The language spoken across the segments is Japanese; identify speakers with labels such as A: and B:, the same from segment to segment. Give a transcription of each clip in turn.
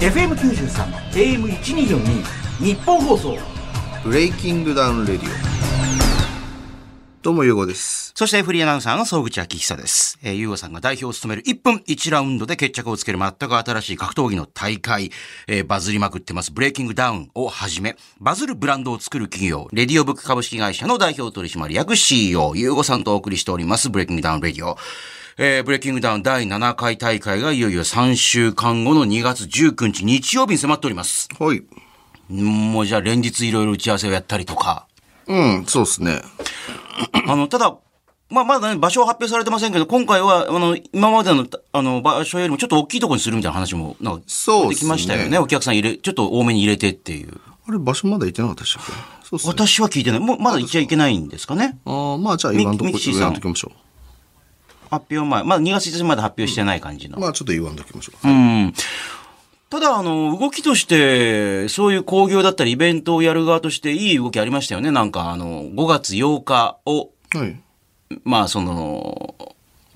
A: FM93 AM1242 日本放送
B: ブレイキングダウンレディオどうもゆうごです
C: そしてフリーアナウンサーの総口昭久です。えー、ゆうごさんが代表を務める1分1ラウンドで決着をつける全く新しい格闘技の大会、えーバズりまくってますブレイキングダウンをはじめ、バズるブランドを作る企業、レディオブック株式会社の代表取締役 CEO、ゆうごさんとお送りしておりますブレイキングダウンレディオ。えーブレイキングダウン第7回大会がいよいよ3週間後の2月19日日曜日に迫っております。
B: はい
C: もうじゃあ連日いろいろ打ち合わせをやったりとか、
B: うんそうですね
C: あの、ただ、まあ、まだね、場所は発表されてませんけど、今回は、あの、今までの、あの、場所よりもちょっと大きいところにするみたいな話も、なんか、
B: そうっすね
C: できましたよね。お客さん入れ、ちょっと多めに入れてっていう。
B: あれ場所まだ行ってなかったでしたっけそうっすね
C: 私は聞いてない。もう、まだ言っちゃいけないんですかね。
B: あーまあじゃあ言わんとこ
C: ミキミキシー
B: 言
C: さん
B: わんときましょ
C: 発表前。まだ2月1日まで発表してない感じの
B: う。まあちょっと言わんときましょう
C: うん。ただ、あの、動きとして、そういう興行だったり、イベントをやる側として、いい動きありましたよね。なんか、あの、5月8日を、
B: はい
C: まあその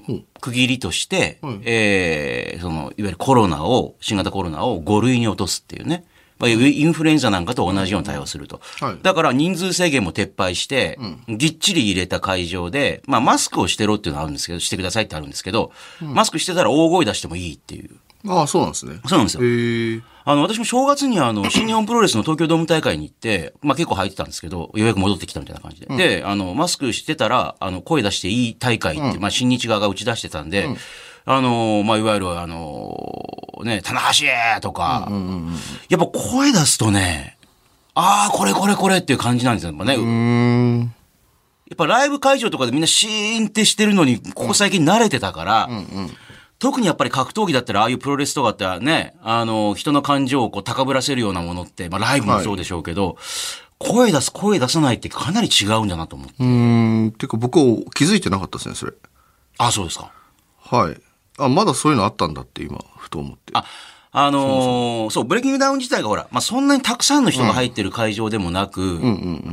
B: うん
C: 区切りとして、
B: はい
C: えーそのいわゆるコロナを新型コロナを5類に落とすっていうね、まあ、いわゆるインフルエンザなんかと同じような対応すると、
B: はい
C: だから人数制限も撤廃して、ぎっちり入れた会場で、まあ、マスクをしてろっていうのはあるんですけどしてくださいってあるんですけど、マスクしてたら大声出してもいいっていう
B: ああそうなんですね
C: そうなんですよ
B: へえ
C: あの、私も正月にあの、新日本プロレスの東京ドーム大会に行って、まあ結構入ってたんですけど、ようやく戻ってきたみたいな感じで。で、あの、マスクしてたら、あの、声出していい大会って、まあ新日側が打ち出してたんで、あの、まあいわゆるあの、ね、棚橋とか、やっぱ声出すとね、ああ、これこれこれっていう感じなんですよやっぱね。
B: うーん
C: やっぱライブ会場とかでみんなシーンってしてるのに、ここ最近慣れてたから、特にやっぱり格闘技だったら、ああいうプロレスとかってね、あの、人の感情をこう高ぶらせるようなものって、まあライブもそうでしょうけど、声出す、声出さないってかなり違うんだなと思って。
B: うーんてか僕気づいてなかったですねそれ
C: あ、そうですか。
B: はいあまだそういうのあったんだって今ふと思って
C: あ、あのーそうブレイキングダウン自体がほら、まあ、そんなにたくさんの人が入ってる会場でもなく、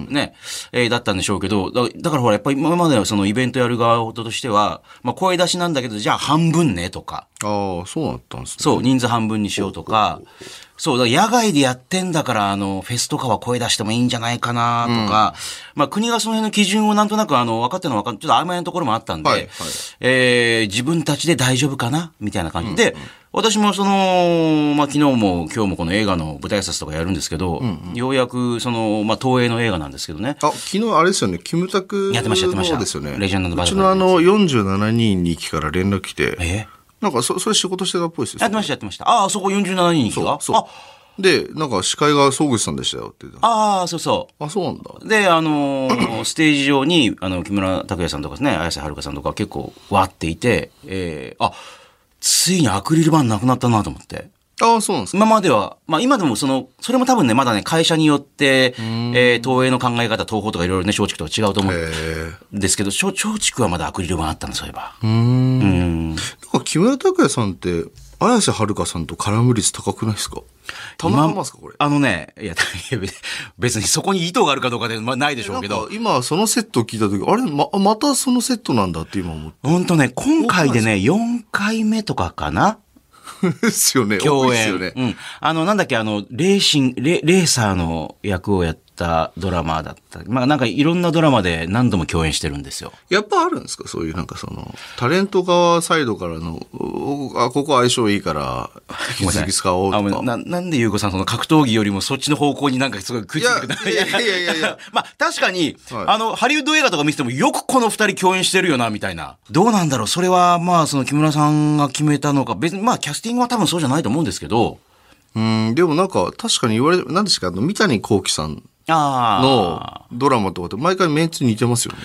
C: ね、えーだったんでしょうけど、だだからほら、やっぱり今までのそのイベントやる側としては、まあ、声出しなんだけど、じゃあ半分ね、とか。
B: ああそうだったんですね
C: そう、人数半分にしようとか、そう、だから野外でやってんだから、あの、フェスとかは声出してもいいんじゃないかなとか、まあ国がその辺の基準をなんとなく、あの、分かってるのは分かんちょっと曖昧なところもあったんで、
B: はいはい
C: えー自分たちで大丈夫かなみたいな感じで、私もその、まあ昨日も今日もこの映画の舞台挨拶とかやるんですけど、ようやくその、まあ東映の映画なんですけどね、
B: あ、昨日あれですよね、キムタク
C: やってましたやってました
B: のですよね。
C: レジェンドのバ
B: う
C: タ
B: ち
C: フライ
B: のあの、47人に期から連絡来て、
C: え
B: なんかそ、それ仕事してたっぽいですよ。
C: やってましたやってました。ああ、そこ47人
B: そ
C: 行
B: う
C: きが
B: そ
C: あ
B: う。で、なんか司会が総口さんでしたよって言ってた
C: あー、そうそう。
B: あ、そうなんだ。
C: で、あのー ステージ上に、あの、木村拓哉さんとかですね、綾瀬はるかさんとか結構、わっていて、えーあ、ついにアクリル板なくなったなと思って。
B: ああ、そうなんですか。
C: 今までは、まあ今でもその、それも多分ね、まだね、会社によって、えー東映の考え方、東宝とかいろいろね、松竹とか違うと思
B: へ
C: う
B: え
C: ん。ですけど、松松竹はまだアクリル板あったの、そういえば。うん
B: なんか、木村拓哉さんって、綾瀬はるかさんと絡む率高くないですかたまたまですか、これ。
C: あのね、いや、 別にそこに意図があるかどうかで、まあ、ないでしょ
B: な
C: うんけ
B: か
C: ど、、
B: 今、そのセットを聞いたとき、あれ、ま、またそのセットなんだって今 思っ
C: ほんとね、今回でね、4回目とかかな
B: て。ですよね。多
C: 共
B: いです
C: 演。
B: よね。
C: うん。あの、なんだっけ、あの、レーシング、レレーサーの役をやったドラマーだった。まあ、なんかいろんなドラマで何度も共演してるんですよ。
B: やっぱあるんですかそういうなんかその、タレント側サイドからの、おあ、ここ相性いいから、引き続き使おう
C: あ
B: と
C: の
B: か。
C: ななんで優子さん、その格闘技よりもそっちの方向になんかすごい食いついてく
B: いやいやいやいやいや
C: まあ、確かに、
B: はい
C: あの、ハリウッド映画とか見ててもよくこの二人共演してるよな、みたいな。どうなんだろうそれは、まあ、その木村さんが決めたのか、別に、まあ、キャスティングは多分そうじゃないと思うんですけど、
B: うん、でもなんか確かに言われ、なんですかあの、三谷幸喜さん
C: ああ。
B: のドラマとかって毎回メンツに似てますよね。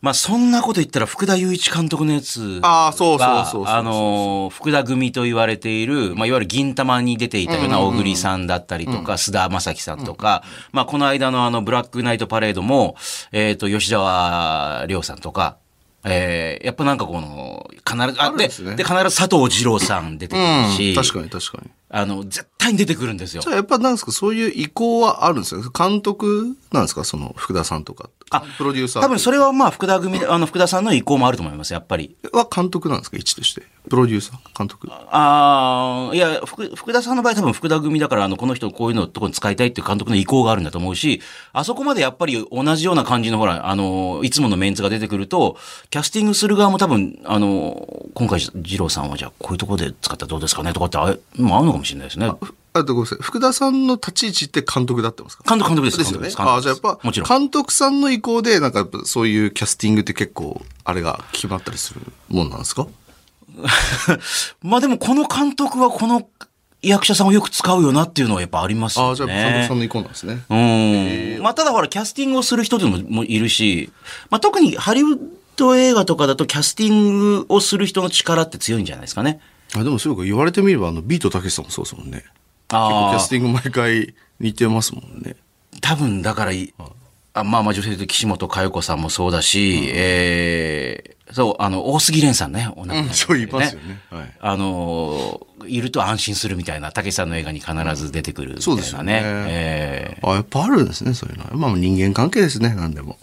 C: まあそんなこと言ったら福田雄一監督のやつが
B: ああそうそうそうそうそう
C: あのー福田組と言われている、まあ、いわゆる銀玉に出ていたような小栗さんだったりとか、須田将暉さんとか、まあこの間のあのブラックナイトパレードも、えっ、と吉沢亮さんとか、えーやっぱなんかこの必ずあ
B: あるんですね
C: で必ず佐藤二郎さん出てくるし、
B: 確かに確かに。
C: あの、絶対に出てくるんですよ
B: じ。ゃあやっぱなんですか、そういう意向はあるんですよ。監督なんですか、その福田さんとか。プロデューサー
C: 多分それはまあ、福田組で、あの、福田さんの意向もあると思います、やっぱり。
B: は監督なんですか、一として。プロデューサー、監督。
C: ああ、いや、福福田さんの場合多分福田組だから、あの、この人こういうのとこに使いたいっていう監督の意向があるんだと思うし、あそこまでやっぱり同じような感じの、ほら、あの、いつものメンツが出てくると、キャスティングする側も多分、あの、今回、二郎さんはじゃあこういうところで使ったらどうですかねとかって、あれ、もう合うのかもしれないですね。
B: あとごめんなさい。福田さんの立ち位置って監督だってますか
C: 監督、監督です。
B: ですよね。
C: 監督
B: ああ、じゃあやっぱ、
C: もちろん。
B: 監督さんの意向で、なんかやっぱそういうキャスティングって結構、あれが決まったりするもんなんですか
C: まあでもこの監督はこの役者さんをよく使うよなっていうのはやっぱありますよね。
B: ああ、じゃあ監督さんの意向なんですね。
C: うん。まあただほら、キャスティングをする人でももいるし、まあ特にハリウッド映画とかだとキャスティングをする人の力って強いんじゃないですかね。
B: あでもそういうか言われてみれば、あの、ビートたけしさんもそうですもんね。結構
C: あ
B: キ
C: あ
B: ャスティング毎回似てますもんね。
C: 多分だからい、あまあまあ女性で岸本佳代子さんもそうだし、えーそう、あの、大杉蓮さんね、お亡くなりになって
B: そう言いますよね。はい。
C: あのーいると安心するみたいな、たけしさんの映画に必ず出てくるみたい
B: そ
C: なね。
B: うですよね
C: えー
B: あ、やっぱあるんですね、そういうのは。まあ人間関係ですね、何でも。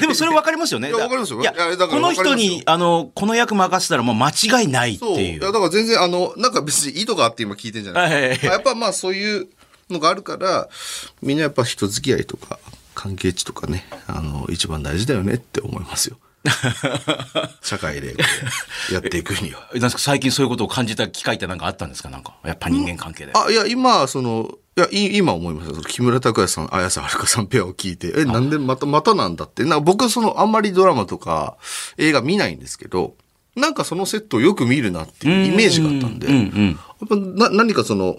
C: でもそれ分かりますよね。
B: いや分かりますよ
C: いや
B: いやだから
C: この人
B: 分かります
C: に、あの、この役任せたらもう間違いないって
B: そう。
C: い。
B: いうやだから全然、あの、なんか別に意図があって今聞いてんじゃない
C: はいはいはい
B: あやっぱまあそういうのがあるから、みんなやっぱ人付き合いとか、関係値とかね、あの、一番大事だよねって思いますよ。 社会でやっていくに は。
C: えなんですか最近そういうことを感じた機会ってなんかあったんですかなんか。やっぱ人間関係で。
B: あ、いや、今、その、いや、い今思いました。その木村拓哉さん、綾瀬はるかさんペアを聞いて、え、なんでまた、またなんだって。なんか僕、その、あんまりドラマとか映画見ないんですけど、なんかそのセットをよく見るなっていうイメージがあったんで、
C: うん
B: やっぱな何かその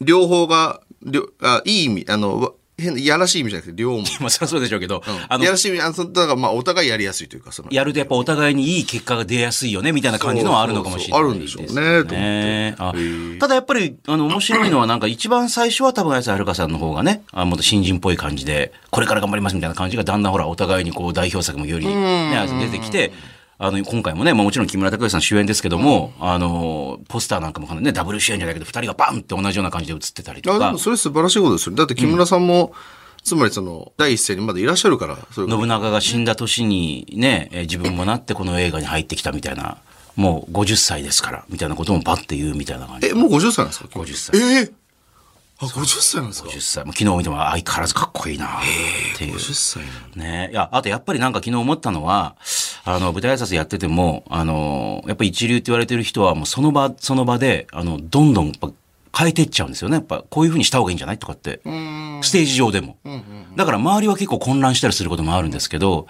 B: 両方が両あいい意味あのわ変ないやらしい意味じゃなくて両も、
C: まあそりゃそうでしょうけど、あの
B: や、らしい意味あのそだからまあお互いやりやすいというかその
C: やるとやっぱお互いにいい結果が出やすいよねみたいな感じのはあるのかもしれない
B: そうそうそうあるんでしょうね
C: あ
B: と思って
C: ただやっぱり、あの、面白いのはなんか一番最初は多分綾瀬はるかさんの方がね、あもっと新人っぽい感じで、これから頑張りますみたいな感じがだんだんほら、お互いにこう代表作もより、ね、出てきて、あの、今回もね、まあもちろん木村拓哉さん主演ですけども、あの、ポスターなんかもかなりね、ダブル主演じゃないけど、二人がバンって同じような感じで映ってたりと
B: あで
C: か
B: も、それ素晴らしいことですよねだって木村さんも、つまりその第一線にまだいらっしゃるからそれが
C: 信長が死んだ年にね、えー自分もなってこの映画に入ってきたみたいな、もう50歳ですから、みたいなこともバッて言うみたいな感じ。
B: えもう50歳なんですか
C: 50歳
B: ええあ50歳なんですか
C: 50歳。もう昨日見ても相変わらずかっこいいなっていう。
B: 50歳なんだ
C: ねいや、あとやっぱりなんか昨日思ったのは、あの、舞台挨拶やってても、あの、やっぱり一流って言われてる人はもうその場、その場で、あの、どんどんやっぱ変えてっちゃうんですよね。やっぱこういう風にした方がいいんじゃないとかって。ステージ上でも。だから周りは結構混乱したりすることもあるんですけど、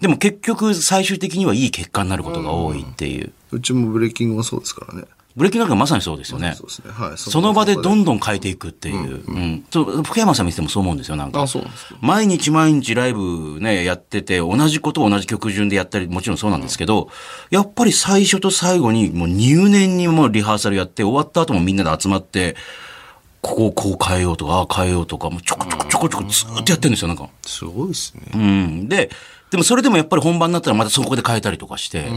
C: でも結局最終的にはいい結果になることが多いっていう。
B: うちもブレイキングもそうですからね
C: ブレーキンなんかまさにそうですよね
B: そ。うですねはい
C: その場でど
B: ん
C: んどん変えていくっていう。うん。そう福山さん見ててもそう思うんですよ、なんか。
B: あそうなんですか
C: 毎日毎日ライブね、やってて、同じことを同じ曲順でやったり、もちろんそうなんですけど、やっぱり最初と最後に、もう入念にもうリハーサルやって、終わった後もみんなで集まって、ここをこう変えようとか、ああ変えようとか、もうちょこちょこちょこちょこずーっとやってるんですよ、なんか。
B: すごいですね
C: うん。で、でもそれでもやっぱり本番になったらまたそこで変えたりとかして、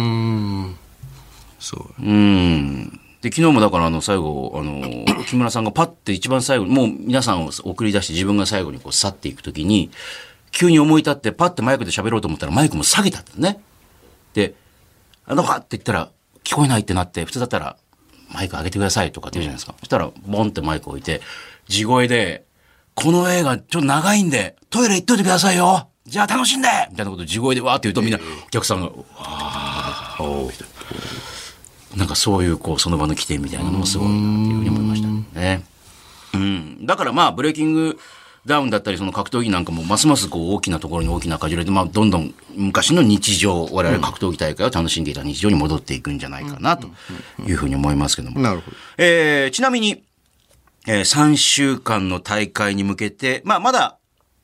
B: そう
C: うん。で、昨日もだから、あの、最後、あの、木村さんがパッて一番最後に、もう皆さんを送り出して自分が最後にこう去っていくときに、急に思い立ってパッてマイクで喋ろうと思ったらマイクも下げたんだね。で、あの、はって言ったら、聞こえないってなって、普通だったら、マイク上げてくださいとかって言うじゃないですか。そしたら、ボンってマイク置いて、地声で、この映画ちょっと長いんで、トイレ行っといてくださいよじゃあ楽しんでみたいなことを地声でわーって言うとみんな、お客さんが、なんかそういうこうその場の起点みたいなのもすごいなっていうふうに思いましたね。うん、だからまあブレイキングダウンだったりその格闘技なんかもますますこう大きなところに大きなかじれで、まあ、どんどん昔の日常我々格闘技大会を楽しんでいた日常に戻っていくんじゃないかなというふうに思いますけども。
B: なるほど
C: えーちなみに、え3週間の大会に向けて、まあ、まだ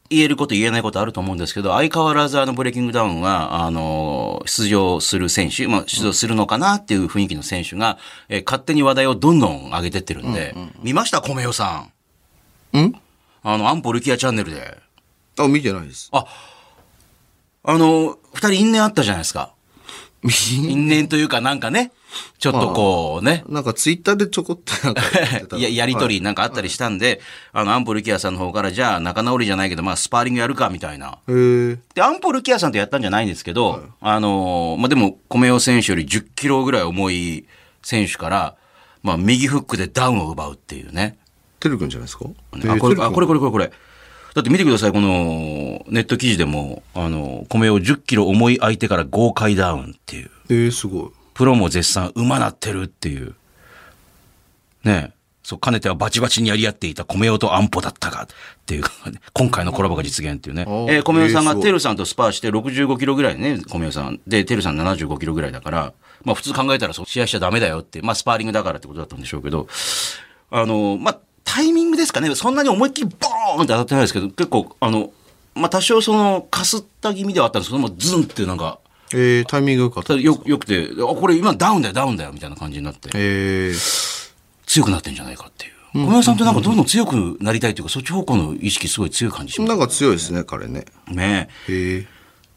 C: 言えること言えないことあると思うんですけど、相変わらずあのブレイキングダウンは、あのー出場する選手、まあ、出場するのかなっていう雰囲気の選手が、えー勝手に話題をどんどん上げてってるんで、見ました米代さん。
B: ん
C: あの、アンポルキアチャンネルで。
B: あ見てないです
C: あのー二人因縁あったじゃないですか。
B: みん
C: 因縁というかなんかね、ちょっとこうね、
B: なんかツイッターでちょこっとなんかやってた
C: いや、やりとり
B: はい
C: なんかあったりしたんで、あの、アンポルキアさんの方から、じゃあ仲直りじゃないけど、まあ、スパーリングやるか、みたいな。
B: へー
C: で、アンポルキアさんとやったんじゃないんですけど、あのーまあ、でも、米尾選手より10キロぐらい重い選手から、まあ、右フックでダウンを奪うっていうね。
B: てるくんじゃないですか
C: あ、これ、あ、これ、こ
B: れ。
C: れ、これ、これ。だって見てください、この、ネット記事でも、あの、米を10キロ重い相手から豪快ダウンっていう。
B: えー、すごい。
C: プロも絶賛、馬なってるっていう。ねえ。そう、かねてはバチバチにやり合っていた米尾と安保だったが、っていう、 今回のコラボが実現っていうね。
B: ー
C: えー、米尾さん
B: えー
C: が
B: すごい
C: テルさんとスパーして65キロぐらいね、米尾さん。で、テルさん75キロぐらいだから、まあ普通考えたらそう、試合しちゃダメだよって、まあスパーリングだからってことだったんでしょうけど、あの、まあタイミングですかね、そんなに思いっきりボーンって当たってないですけど、結構、あの、まあ多少その、かすった気味ではあったんですけど、もうズンってなんか、
B: えー、タイミングが良かった
C: た。だよよくて、あ、これ今ダウンだよ、ダウンだよ、みたいな感じになって、
B: えー、
C: 強くなってんじゃないかっていう。小宮さんってなんかどんどん強くなりたいというか、そっち方向の意識すごい強い感じしま
B: なんか強いですね、彼ね。
C: すね。
B: へえ。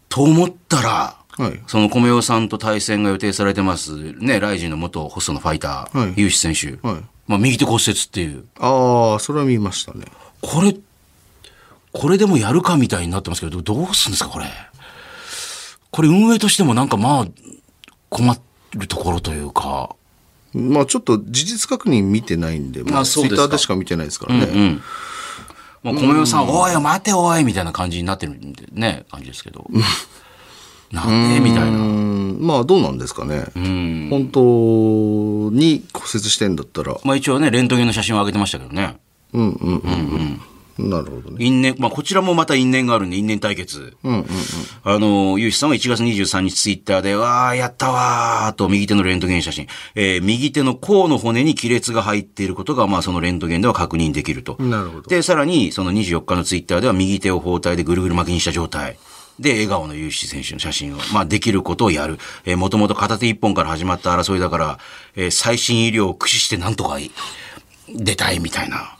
C: と思ったら、
B: はい。
C: その米尾さんと対戦が予定されてます、ね、ライジンの元ホストのファイタ
B: はい
C: ー、有志選手。
B: はい。
C: まあ、右手骨折っていう。
B: ああ、それは見ましたね。
C: これ、これでもやるかみたいになってますけど、どどうするんですか、これ。これ運営としてもなんかまあ、困るところというか。
B: まあちょっと事実確認見てないんで、ま
C: あ
B: あ、ツ
C: そう
B: イ
C: ですか
B: ッターでしか見てないですからね。
C: うん。まあ、米代さん、おいおい待ておいみたいな感じになってるんでね、感じですけど。 なんでみたいな。
B: うんまあどうなんですかね。本当に骨折してんだったら、
C: まあ一応ね、レントゲンの写真を上げてましたけどね。
B: うんうんうんうん。なるほどね。
C: 因縁、まあこちらもまた因縁があるんで、因縁対決。あの、ゆうしさんは1月23日ツイッターで、わー、やったわーと右手のレントゲン写真。えー右手の甲の骨に亀裂が入っていることが、まあそのレントゲンでは確認できると。
B: なるほど
C: で、さらに、その24日のツイッターでは右手を包帯でぐるぐる巻きにした状態。で、笑顔の有志選手の写真を、まあ、できることをやる。えー、もともと片手一本から始まった争いだから、えー最新医療を駆使してなんとかい出たいみたい な、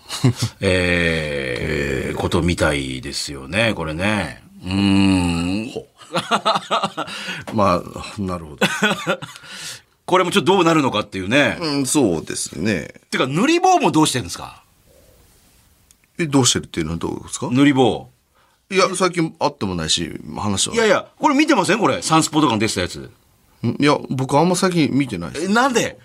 C: えーことみたいですよね、これね。うーん。
B: まあ、なるほど。
C: これもちょっとどうなるのかっていうね。
B: うん、そうですね。
C: てか、塗り棒もどうしてるんですか
B: え、どうしてるっていうのはどうですか
C: 塗り棒。
B: いや、最近会ってもないし、話はい
C: やいや、これ見てませんこれ。サンスポとかに出てたやつ。
B: いや、僕あんま最近見てないです。
C: えなんで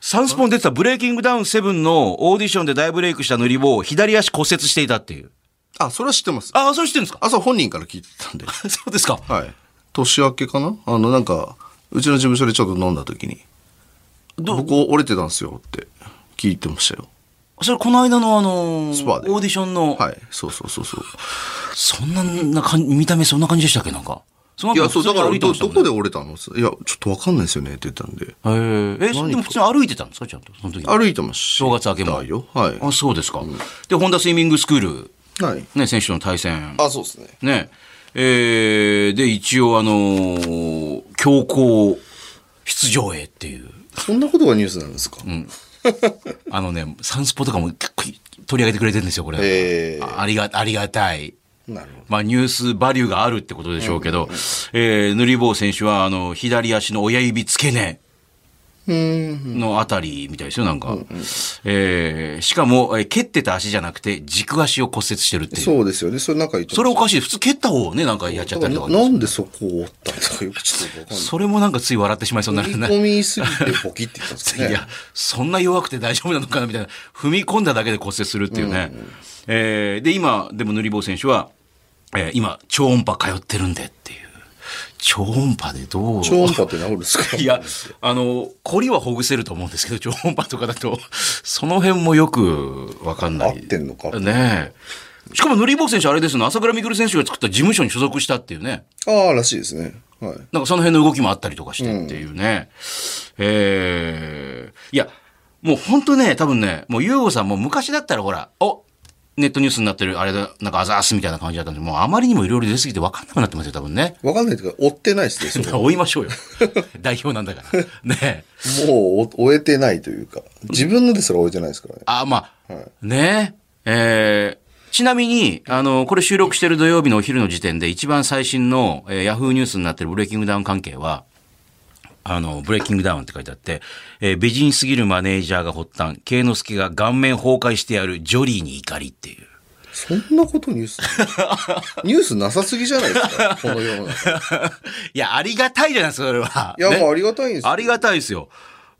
C: サンスポン出てたブレイキングダウン7のオーディションで大ブレイクした塗り棒を左足骨折していたっていう。
B: あ、それは知ってます。
C: ああ、それ知ってるんですか
B: 朝本人から聞いてたんで。
C: そうですか。
B: はい。年明けかなあの、なんか、うちの事務所でちょっと飲んだ時に、僕折れてたんですよって聞いてましたよ。
C: それこの間のあのー
B: スパで
C: オーディションの、
B: はい。そうそうそうそう。
C: そんななかん見た目そんな感じでしたっけなんか。その
B: いや、そう、だから、ど、どこ
C: で
B: で折れたのいや、ちょっとわかんないですよねって言ったんで。
C: ええそれでも普通に歩いてたんですかちゃんと。その時。
B: 歩いてますし。
C: 正月明けも
B: だよ。はい。
C: あ、そうですか。で、ホンダスイミングスクール、
B: はい。
C: ね、選手との対戦。
B: あ、そうですね。
C: ね。えー、で、一応あのー強行出場へっていう。
B: そんなことがニュースなんですか、
C: あのね、サンスポとかも結構取り上げてくれてるんですよ、これ。
B: ええ
C: あありが、ありがたい。
B: なるほ
C: まあ、ニュースバリューがあるってことでしょうけど、えー、塗り棒選手は、あの、左足の親指付け根
B: ど。うん。
C: のあたりみたいですよ、なんか。えー、しかも、えー蹴ってた足じゃなくて、軸足を骨折してるっていう。そ
B: そうですよね。それなんか言ってました
C: れおかしい。普通蹴った方をね、なんかやっちゃったりとか。
B: ななんでそこを折ったのかよくちょっとわかんない。
C: それもなんかつい笑ってしまいそうにな
B: 踏み
C: るね。
B: 込みすぎてボキって言ったんです
C: い
B: かね。
C: や、そんな弱くて大丈夫なのかなみたいな。踏み込んだだけで骨折するっていうね。えーで、今、でも塗り棒選手は、えー今、超音波通ってるんでっていう。超音波でどう
B: 超音波って治るんですか
C: いや、あの、凝りはほぐせると思うんですけど、超音波とかだと、その辺もよくわかんない。
B: 合ってんのか
C: ねえ。しかも塗り棒選手あれですよね、朝倉未来選手が作った事務所に所属したっていうね。
B: ああ、らしいですね。はい。
C: なんかその辺の動きもあったりとかしてっていうね。えーいや、もう本当ね、多分ね、もうユーゴさんも昔だったらほら、おネットニュースになってる、あれだ、なんかあざーすみたいな感じだったんで、もうあまりにもいろいろ出すぎて分かんなくなってますよ、多分ね。
B: わかんないというか、追ってないですね。それ
C: 追いましょうよ。 代表なんだから。ねえ。
B: もう追えてないというか、自分のですら追えてないですからね。
C: あ、まあ、ねえ。えーちなみに、あの、これ収録してる土曜日のお昼の時点で、一番最新の、えー、ヤフーニュースになってるブレイキングダウン関係は、あの、ブレイキングダウンって書いてあって、えー美人すぎるマネージャーが発端、慶之助が顔面崩壊してやるジョリーに怒りっ ていう。
B: そんなことニュースニュースなさすぎじゃないですかこの世の中。い
C: いや、ありがたいじゃないですか、それは。
B: や、
C: ね
B: もうありがたいんですよ
C: ありがたいですよ。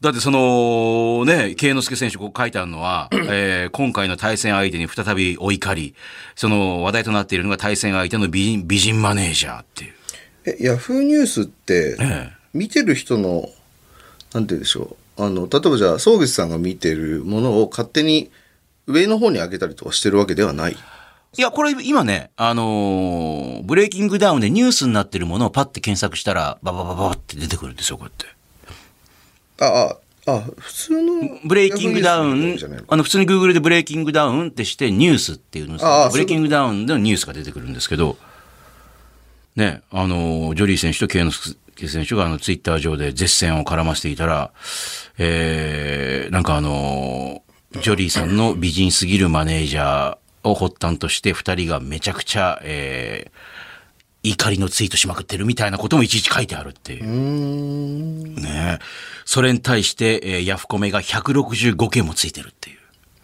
C: だってその、ね、慶之助選手こう書いてあるの は、えー今回の対戦相手に再びお怒り、その話題となっているのが対戦相手の美人、美人マネージャーっていう。
B: えヤフーニュースって、
C: え
B: 見てる人のなんて言うんでしょうあの例えばじゃあ総口さんが見てるものを勝手に上の方に上げたりとかしてるわけではない
C: いや、これ今ね、あのーブレイキングダウンでニュースになってるものをパッて検索したら、バババババって出てくるんですよ、こうやって。
B: あああ普通の
C: ブレイキングダウ
B: ヤフーニュ
C: ン
B: ースみたいなのじゃない、の
C: あの、普通に Google でブレイキングダウンってしてニュースっていうのを
B: ああ
C: ブレイキングダウンでのニュースが出てくるんですけど、ね、あの、ジョリー選手とケイノスケ選手があの、ツイッター上で絶戦を絡ませていたら、えー、なんかあの、ジョリーさんの美人すぎるマネージャーを発端として二人がめちゃくちゃ、えー、怒りのツイートしまくってるみたいなこともいちいち書いてあるっていう。ねえ。それに対して、えーヤフコメが165件もついてるっていう。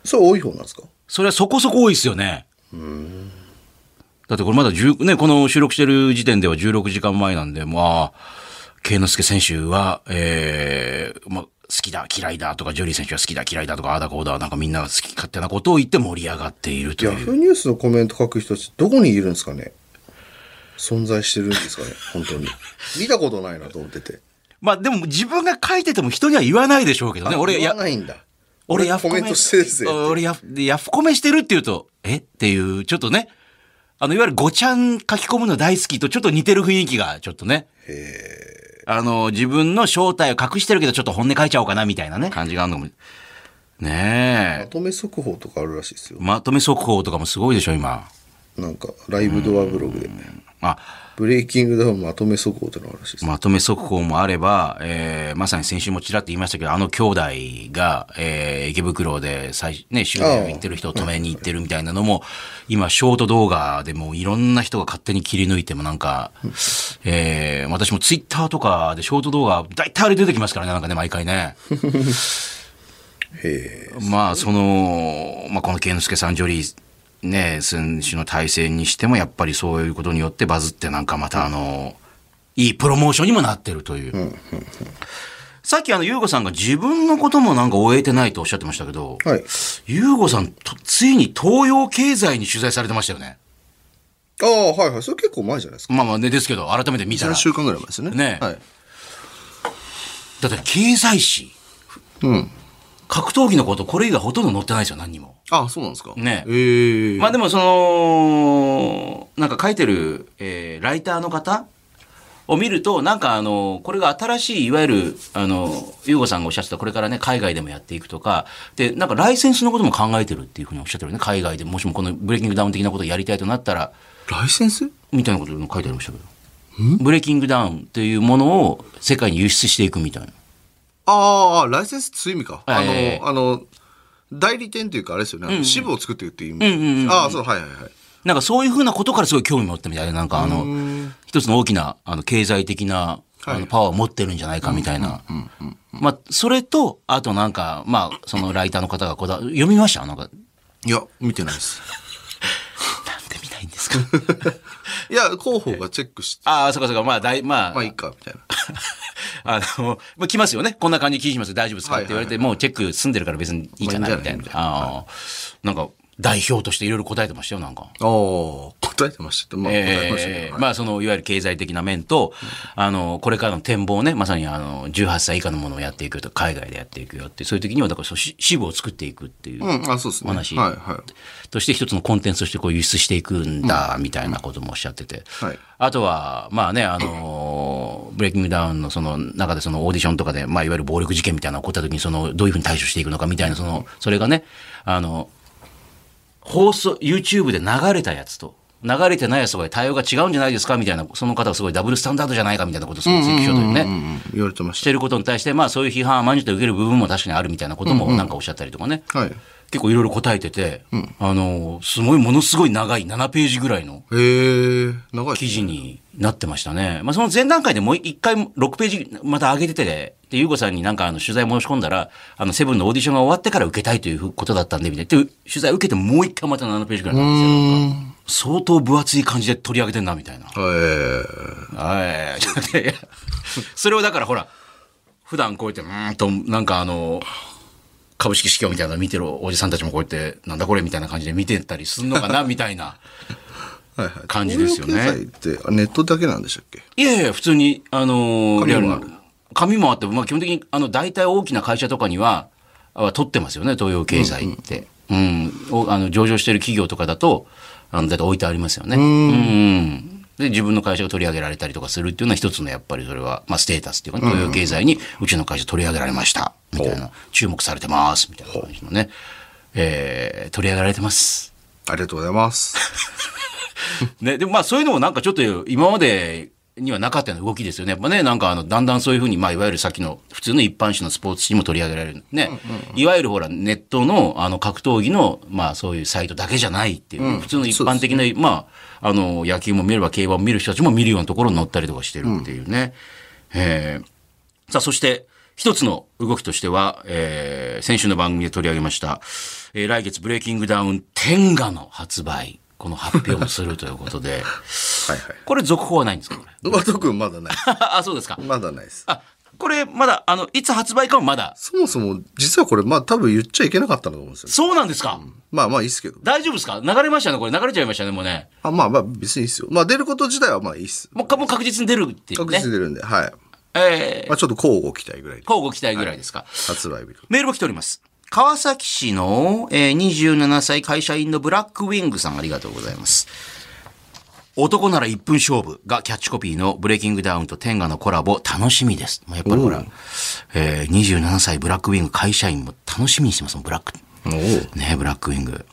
B: それ多い方なんですか
C: それはそこそこ多いですよね。だってこれまだ10、ね、この収録してる時点では16時間前なんで、まあ、慶之助選手は、えーまあ、好きだ、嫌いだとか、ジョリー選手は好きだ、嫌いだとか、ああだこうだ、なんかみんなが好き勝手なことを言って盛り上がっていると
B: ヤ
C: いう。
B: フーニュースのコメント書く人たちどこにいるんですかね存在してるんです かね本当に見たことないなと思ってて
C: まあでも自分が書いてても人には言わないでしょうけどね。俺、
B: 言
C: や
B: わないんだ
C: 俺ヤフ
B: コ
C: コメ
B: メントしてるぜ
C: 俺ヤフヤフコメしてるって言うと、えっていう、ちょっとね、あの、いわゆるごちゃん書き込むの大好きとちょっと似てる雰囲気が、ちょっとね。あの、自分の正体を隠してるけど、ちょっと本音書いちゃおうかな、みたいなね、感じがあるのも。
B: ま
C: ねえ。
B: とめ速報とかあるらしいですよ
C: まとめ速報とかもすごいでしょ、今。
B: なんかライブドアブログで
C: あ、
B: ブレイキングダウンまとめ速報ってのがあるらしいです
C: まとめ速報もあれば、えーまさに先週もちらっと言いましたけど、あの兄弟が、えー池袋で最、ね、周辺を行ってる人を止めに行ってるみたいなのも、今、ショート動画でもういろんな人が勝手に切り抜いてもなんか、えー私もツイッターとかでショート動画、大体あれ出てきますからね、なんかね、毎回ね。
B: へえ
C: まあ、その、まあ、この健之助さん、ジョリー、ね、選手の対戦にしても、やっぱりそういうことによってバズって、なんかまたあの、いいプロモーションにもなってるという。さっきあの、ゆうごさんが自分のこともなんか終えてないとおっしゃってましたけど、
B: はい
C: ゆうごさんと、ついに東洋経済に取材されてましたよね。
B: ああはいはいそれ結構前じゃないですか
C: まあまあね、ですけど、改めて見たら。
B: 3週間ぐらい前ですね
C: ね
B: はい、
C: だって経済誌、
B: うん
C: 格闘技のこと、これ以外ほとんど載ってないですよ、何にも。
B: あそうなんですか
C: ね
B: ええ
C: まあでもその、なんか書いてる、えーライターの方を見ると、なんかあの、これが新しい、いわゆる、あの、ゆうごさんがおっしゃってた、これからね、海外でもやっていくとか、で、なんかライセンスのことも考えてるっていうふうにおっしゃってるね、海外でもしもこのブレイキングダウン的なことをやりたいとなったら、
B: ライセンス
C: みたいなことを書いてありましたけど。ブレイキングダウンっていうものを世界に輸出していくみたいな。
B: ああライセンスってそういう意味か、
C: はいはいはい
B: あのあの代理店というかあれですよね、あの支部を作っていくっていう意味、ああそうはいはいはい
C: なんかそういうふうなことからすごい興味持ってみたいな、なんかあの、一つの大きな、あの、経済的な、あの、パワーを持ってるんじゃないかみたいな。まあ、それと、あとなんか、まあ、そのライターの方がこだ、読みましたなんか、なんで
B: いや見てない です
C: 見ないんです か
B: いや広報がチェックして
C: ああ、そうかそうか、まあ、だい、まあ、
B: まあいいかみたいな
C: あの、まあ、来ますよね。こんな感じに記事しますよ大丈夫ですか、
B: はい
C: っ
B: は
C: て
B: い
C: 言
B: は
C: わ
B: い
C: れて、もうチェック済んでるから別にいいじゃない
B: まあい
C: み
B: いんじゃ
C: たい
B: ない
C: な。ああ、なんか、代表としていろいろ答えてましたよ、なんか。
B: ああ答えてましたまあ、答えましたけど、
C: ええまあそのいわゆる経済的な面と、あのこれからの展望をねまさにあの18歳以下のものをやっていくと海外でやっていくよってそういう時にはだからそうし支部を作っていくっていう、
B: うんあそうですね
C: お話
B: はいは
C: として一つのコンテンツとしてこう輸出していくんだみたいなこともおっしゃってて、
B: はい
C: あとはまあねあのブレイキングダウンのその中でそのオーディションとかで、まあ、いわゆる暴力事件みたいなのが起こった時にそのどういうふうに対処していくのかみたいなそのそれがねあの放送 YouTube で流れたやつと流れてないやつとかで対応が違うんじゃないですかみたいな、その方はすごいダブルスタンダードじゃないかみたいなことをその追求というね。
B: 言われてま
C: し
B: して
C: ることに対して、まあそういう批判を甘んじて受ける部分も確かにあるみたいなこともなんかおっしゃったりとかね。
B: た。はい。
C: 結構いろいろ答えてて、あの、すごい、ものすごい長い7ページぐらいの
B: えー、長い。
C: 記事になってましたね。まあその前段階でもう一回6ページまた上げてて、で、ゆうこさんになんかあの取材申し込んだら、あのセブンのオーディションが終わってから受けたいということだったんで、みたいな。で取材受けてもう一回また7ページぐらいなんですよ。なんか相当分厚い感じで取り上げてんな、みたいな。
B: えー、
C: はい。ちょっと待っていやそれをだからほら、普段こうやって、うーんと、なんかあの、株式市況みたいなの見てるおじさんたちもこうやって、なんだこれみたいな感じで見てたりすんのかな、みたいな
B: はいはい。
C: 感じですよね
B: 東洋経済ってあネットだけなんでしたっけ
C: いやいや、普通に、あの
B: 紙もある
C: ー、リアルな紙もあって、まあ、基本的に、あの、大体大きな会社とかには、あ取ってますよね、東洋経済って。うんおあの上場してる企業とかだと、あの、だいたい置いてありますよね。うんで、自分の会社が取り上げられたりとかするっていうのは一つのやっぱりそれは、まあ、ステータスっていうか、ね、東洋経済にうちの会社取り上げられました。みたいな。注目されてます。みたいな感じのね。えー、取り上げられてます。
B: ありがとうございます。
C: ね、でもまあそういうのもなんかちょっと今までにはなかったような動きですよね。やっぱね、なんかあの、だんだんそういうふうに、まあいわゆるさっきの普通の一般紙のスポーツ紙も取り上げられる。ね。いわゆるほら、ネットのあの、格闘技の、まあそういうサイトだけじゃないっていう、普通の一般的な、まあ、あの、野球も見れば競馬も見る人たちも見るようなところに載ったりとかしてるっていうね。えーさあ、そして、一つの動きとしては、えー先週の番組で取り上げました、えー来月ブレイキングダウン天下の発売、この発表もするということで、
B: はいはい。
C: これ続報はないんですかこれ
B: 馬戸君まだない。
C: あ、そうですか。
B: まだないです。
C: あ、これまだ、あの、いつ発売かもまだ。
B: そもそも、実はこれ、まあ多分言っちゃいけなかったんだと思うんですよね。
C: そうなんですか、
B: まあまあいいですけど。
C: 大丈夫ですか流れましたねこれ流れちゃいましたね、もうね。
B: あまあまあ別にいいですよ。まあ出ること自体はまあいいっす。
C: もうかもう確実に出るっていう
B: 確
C: ね。
B: 実に出るんで、はい。
C: えー、
B: まあちょっと交互期待ぐらいで。
C: 交互期待ぐらいですか。
B: 発売日。
C: メールも来ております。川崎市の、えー27歳会社員のブラックウィングさんありがとうございます。男なら1分勝負がキャッチコピーのブレイキングダウンと天下のコラボ楽しみです。まあやっぱりほ
B: お
C: ら
B: う、
C: えー27歳ブラックウィング会社員も楽しみにしてますもんブラック。
B: お
C: ねブラックウィング。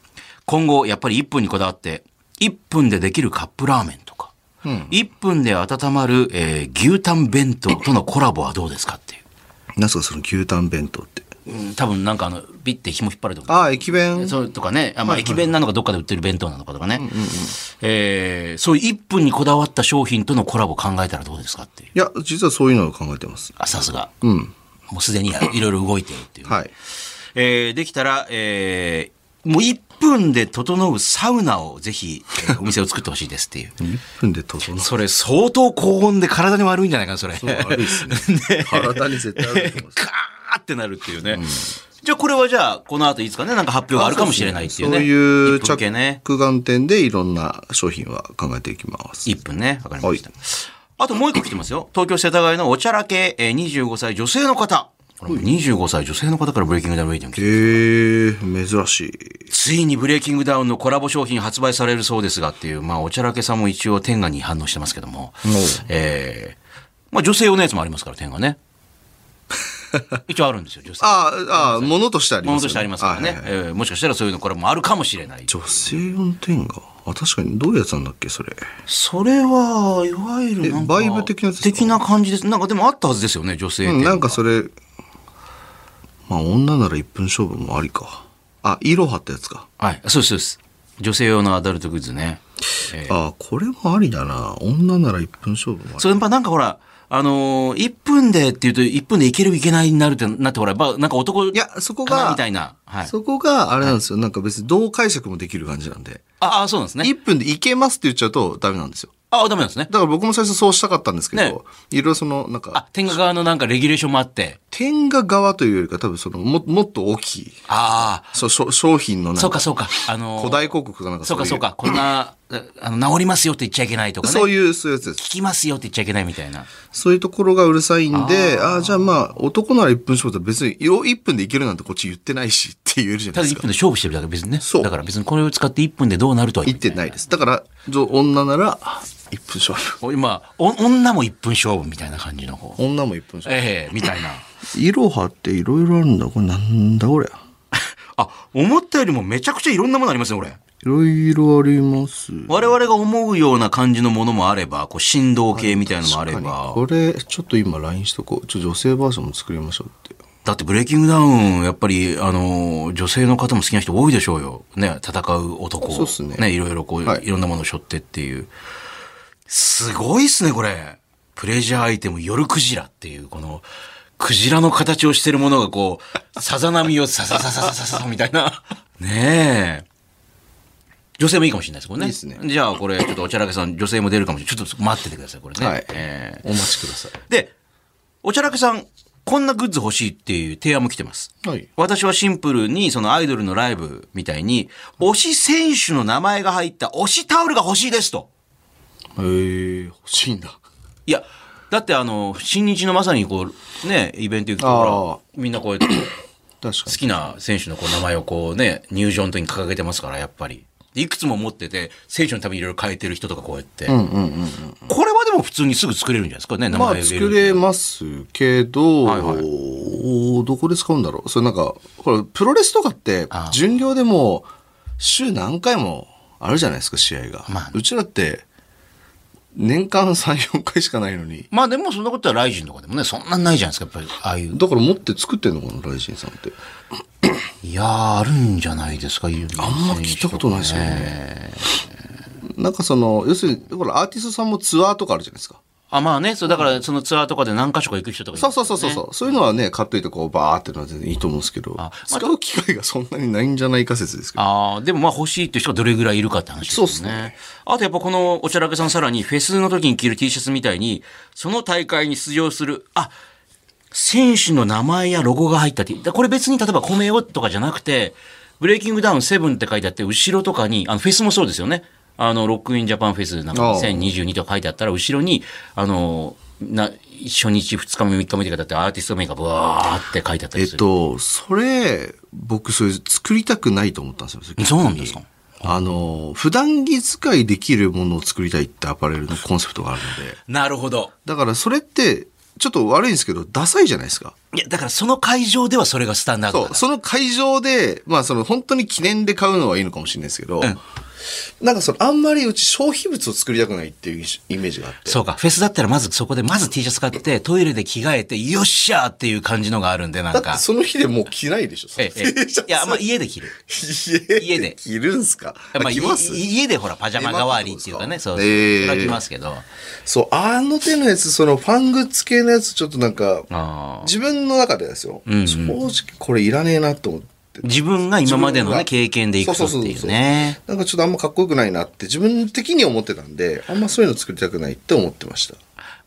C: 今後、やっぱり1分にこだわって、1分でできるカップラーメンとか、1分で温まる、えー牛タン弁当とのコラボはどうですかっていう。
B: お。なんすかその牛タン弁当って。
C: うん多分なんかあの、ビッて紐引っ張るとか。
B: ああ、駅弁。
C: そうとかね、あまあ、駅弁なのかどっかで売ってる弁当なのかとかね、えーそういう1分にこだわった商品とのコラボ考えたらどうですかっていう、
B: いや、実はそういうのを考えてます。
C: あさすが、
B: うん。
C: もうすでに いろいろ動いてるっていう、
B: はい。
C: えーできたら、えーもう1分で整うサウナをぜひ、えーお店を作ってほしいですっていう。
B: 1分で整う。
C: それ相当高温で体に悪いんじゃないかな、それ。
B: 悪いっす ね。体に絶対あると思うんですよ。
C: ガーってなるっていうね。じゃあこれはじゃあこの後いつかね、なんか発表があるかもしれないっていうね。
B: そういう
C: 一分系ね。
B: 着眼点でいろんな商品は考えていきます。
C: 1分ね。わかりま
B: は
C: し
B: い
C: た。。あともう一個来てますよ。東京世田谷のおちゃらけ、えー、25歳女性の方。これも25歳女性の方からブレイキングダウンレイディオン来て
B: え
C: る
B: ー、珍しい。
C: ついにブレイキングダウンのコラボ商品発売されるそうですがっていう、まあおちゃらけさんも一応天下に反応してますけども。えーまあ女性用のやつもありますから、天 下ね。一応あるんですよ、女性。
B: あーあー、ものとしてあり
C: も
B: ま
C: の
B: すよね。
C: としてありますから
B: はい
C: ね
B: はい。はい
C: えーもしかしたらそういうのこれもあるかもしれない。
B: 女性運転があ、確かにどういうやつなんだっけ、それ。
C: それは、いわゆるなんか
B: えバイブ的なやつですか
C: 的な感じです。なんかでもあったはずですよね、女性
B: う
C: 店
B: ん、なん
C: が
B: かそれ、まあ女なら1分勝負もありか。あ、イロハってやつか。
C: はい、そうです、そうです。女性用のアダルトグッズね。えー
B: あ、これもありだな。女なら1分勝負もあり。
C: それやっぱなんかほら、あのー、1分でっていうと、1分でいけるいけないになるってなって、ほら、まあなんか男、
B: いや、そこ
C: かな
B: が
C: み、たいな。はい。
B: そこがあれなんですよ。なんか別にどう解釈もできる感じなんで。
C: ああ、そうなんですね。
B: 1分でいけますって言っちゃうとダメなんですよ。
C: ああ、ダメなんですね。
B: だから僕も最初そうしたかったんですけど、
C: ね
B: いろいろその、なん
C: あ
B: か、、
C: 天下側のなんかレギュレーションもあって。
B: 天下側というよりか多分その、も、もっと大きい、
C: ああ、
B: そ、そ商品のなん
C: そう
B: か、
C: かそうか。あのー、
B: 古代広告がなんか
C: そう
B: い
C: かそうか。こんな、あの、治りますよって言っちゃいけないとかね。
B: そういう、そういうやつです。
C: 聞きますよって言っちゃいけないみたいな。
B: そういうところがうるさいんで、ああー、じゃあまあ、男なら1分勝負だ別に、よ1分でいけるなんてこっち言ってないしって言えるじゃな
C: た
B: いで
C: だ
B: す
C: 1
B: か。
C: 分で勝負してるだけ別にね。
B: そう
C: だから別にこれを使って1分でどうなるとは
B: 言
C: 言
B: っ
C: って
B: てないです。だから、ぞ女なら1分勝負。
C: ない。今、お女も1分勝負みたいな感じの方。
B: 女も1分勝負。
C: ええみたい な。
B: イロハっていろいろあるんだ。これなんだこれ。
C: あ、思ったよりもめちゃくちゃいろんなものありますね、これ。
B: いろいろあります。
C: 我々が思うような感じのものもあれば、こう振動系みたいなのもあれば、
B: これ、ちょっと今 LINE しとこう。ちょ、女性バージョンも作りましょうって。
C: だってブレイキングダウン、やっぱり、あの、女性の方も好きな人多いでしょうよ。ね、戦う男を。
B: そうっすね
C: いろいろこう、、
B: はいい
C: ろんなものを背負ってっていう。すごいっすね、これ。プレジャーアイテム、夜クジラっていう、この、クジラの形をしてるものがこう、さざ波をささささささみた いな。ねえ。女性もいいかもしれないですこれね。
B: いいっすね
C: じゃあこれ、ちょっとおちゃらけさん、女性も出るかもしれない。ちょっと待っててください、これね。
B: はい
C: ええ
B: お待ちください。
C: で、おちゃらけさん、こんなグッズ欲しいっていう提案も来てます。
B: はい。
C: 私はシンプルに、そのアイドルのライブみたいに、推し選手の名前が入った推しタオルが欲しいですと。
B: えー、欲しいんだ。
C: いや、だってあの、新日のまさにこう、ね、イベント行くと、ほらみんな こうやって、
B: 確か
C: 好きな選手のこう名前をこうね、入場の時に掲げてますから、やっぱり。でいくつも持ってて、選手のためにいろいろ変えてる人とかこうやって。これはでも普通にすぐ作れるんじゃないですかね、名
B: に。ま
C: 前を
B: あ、
C: 入れ
B: 作
C: る。
B: れますけど、
C: はいはい
B: おーどこで使うんだろう。それなんか、ほら、プロレスとかって
C: あー、
B: 巡業でも、週何回もあるじゃないですか、試合が。
C: まあ
B: うちらって、年間3、4回しかないのに。
C: まあでもそんなことはライジンとかでもね、そんなんないじゃないですか、やっぱり。ああいう。
B: だから持って作ってんのかな、ライジンさんって。
C: いやー、あるんじゃないですか、あん
B: あんま聞いたことないですよね。なんかその、要するに、ほら、アーティストさんもツアーとかあるじゃないですか。
C: あ、まあね、そう、だから、そのツアーとかで何箇所か行く人とかいる
B: そうそうそうそう。そういうのはね、買っといてこう、バーってのは全然いいと思うんですけど、使う機会がそんなにないんじゃないか説ですけど。
C: ああ、でもまあ欲しいっていう人がどれぐらいいるかって話です
B: そ
C: よ
B: う
C: ね。
B: っすね
C: あとやっぱこのおちゃらけさんさらにフェスの時に着る T シャツみたいに、その大会に出場する、あ、選手の名前やロゴが入ったって、だこれ別に例えば米よとかじゃなくて、ブレイキングダウンセブンって書いてあって、後ろとかに、あのフェスもそうですよね。あの、ロックインジャパンフェスなんか
B: ああ
C: 2022とか書いてあったら、後ろに、あの、な、初日、二日目、三日目とかだってアーティスト名がブワーって書いてあった
B: えっ
C: りする。
B: と、それ、僕、それ作りたくないと思ったんですよ。れ
C: そうなんですか
B: あの、普段着使いできるものを作りたいってアパレルのコンセプトがあるので、
C: なるほど。
B: だからそれって、ちょっと悪いんですけど、ダサいじゃないですか。
C: いや、だからその会場ではそれがスタンダードだ
B: そう、その会場で、まあその本当に記念で買うのはいいのかもしれないですけど、なんかそのあんまりうち消費物を作りたくないっていうイメージがあって。
C: そうか。フェスだったらまずそこで、まず T シャツ買って、トイレで着替えて、よっしゃーっていう感じのがあるんで、なん
B: だっ
C: か
B: て。その日でもう着ないでしょ、
C: え え、ええいや、まあ家で着る。
B: 家
C: 家で
B: 着るんすか、
C: まあ、
B: あ、着ます
C: いい家でほら、パジャマ代わりっていうかね、
B: え
C: そう、そ
B: ええ
C: れは着ますけど。
B: そう、あの手のやつ、そのファングッズ系のやつ、ちょっとなんか、
C: あー
B: 自分の中でですよ、正直これいらねえなと思って。
C: 自分が今までの
B: 自分
C: ね、経
B: が
C: 験でいくとって
B: そうそうそ
C: い
B: ううそう
C: ね。
B: なんかちょっとあんまかっこよくないなって自分的に思ってたんで、あんまそういうの作りたくないって思ってました。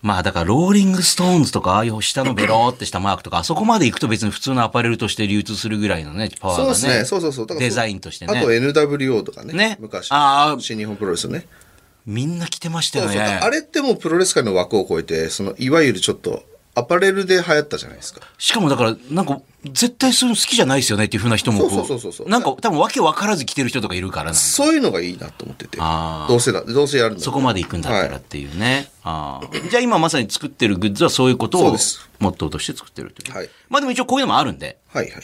C: まあだから、ローリングストーンズとか、ああいう下のベローってしたマークとか、あそこまで行くと別に普通のアパレルとして流通するぐらいのね、パワー
B: そう
C: がね。
B: ですね。そうそうそう。だから
C: デザインとしてね。
B: あと NWO とかね。
C: ね
B: 昔。
C: ああ
B: 新日本プロレスのね。
C: みんな着てました
B: そ
C: よ
B: う
C: ね。
B: そう。あれってもうプロレス界の枠を超えて、その、いわゆるちょっと、アパレルで流行ったじゃないですか。
C: しかもだから、なんか、絶対そういうの好きじゃないですよねっていうふうな人もこ
B: そうそうそうそう
C: なんか、多分わけわからず来てる人とかいるからなんかそ
B: そういうのがいいなと思ってて
C: あー。
B: どうせだ、どうせやるんだ
C: こまで行くんだったら
B: は
C: っ
B: い
C: ていうね。ああじゃあ今まさに作ってるグッズはそういうこと
B: そう
C: を
B: です
C: モットーとして作ってるという。
B: はい
C: まあでも一応こういうのもあるんで、
B: はいはい。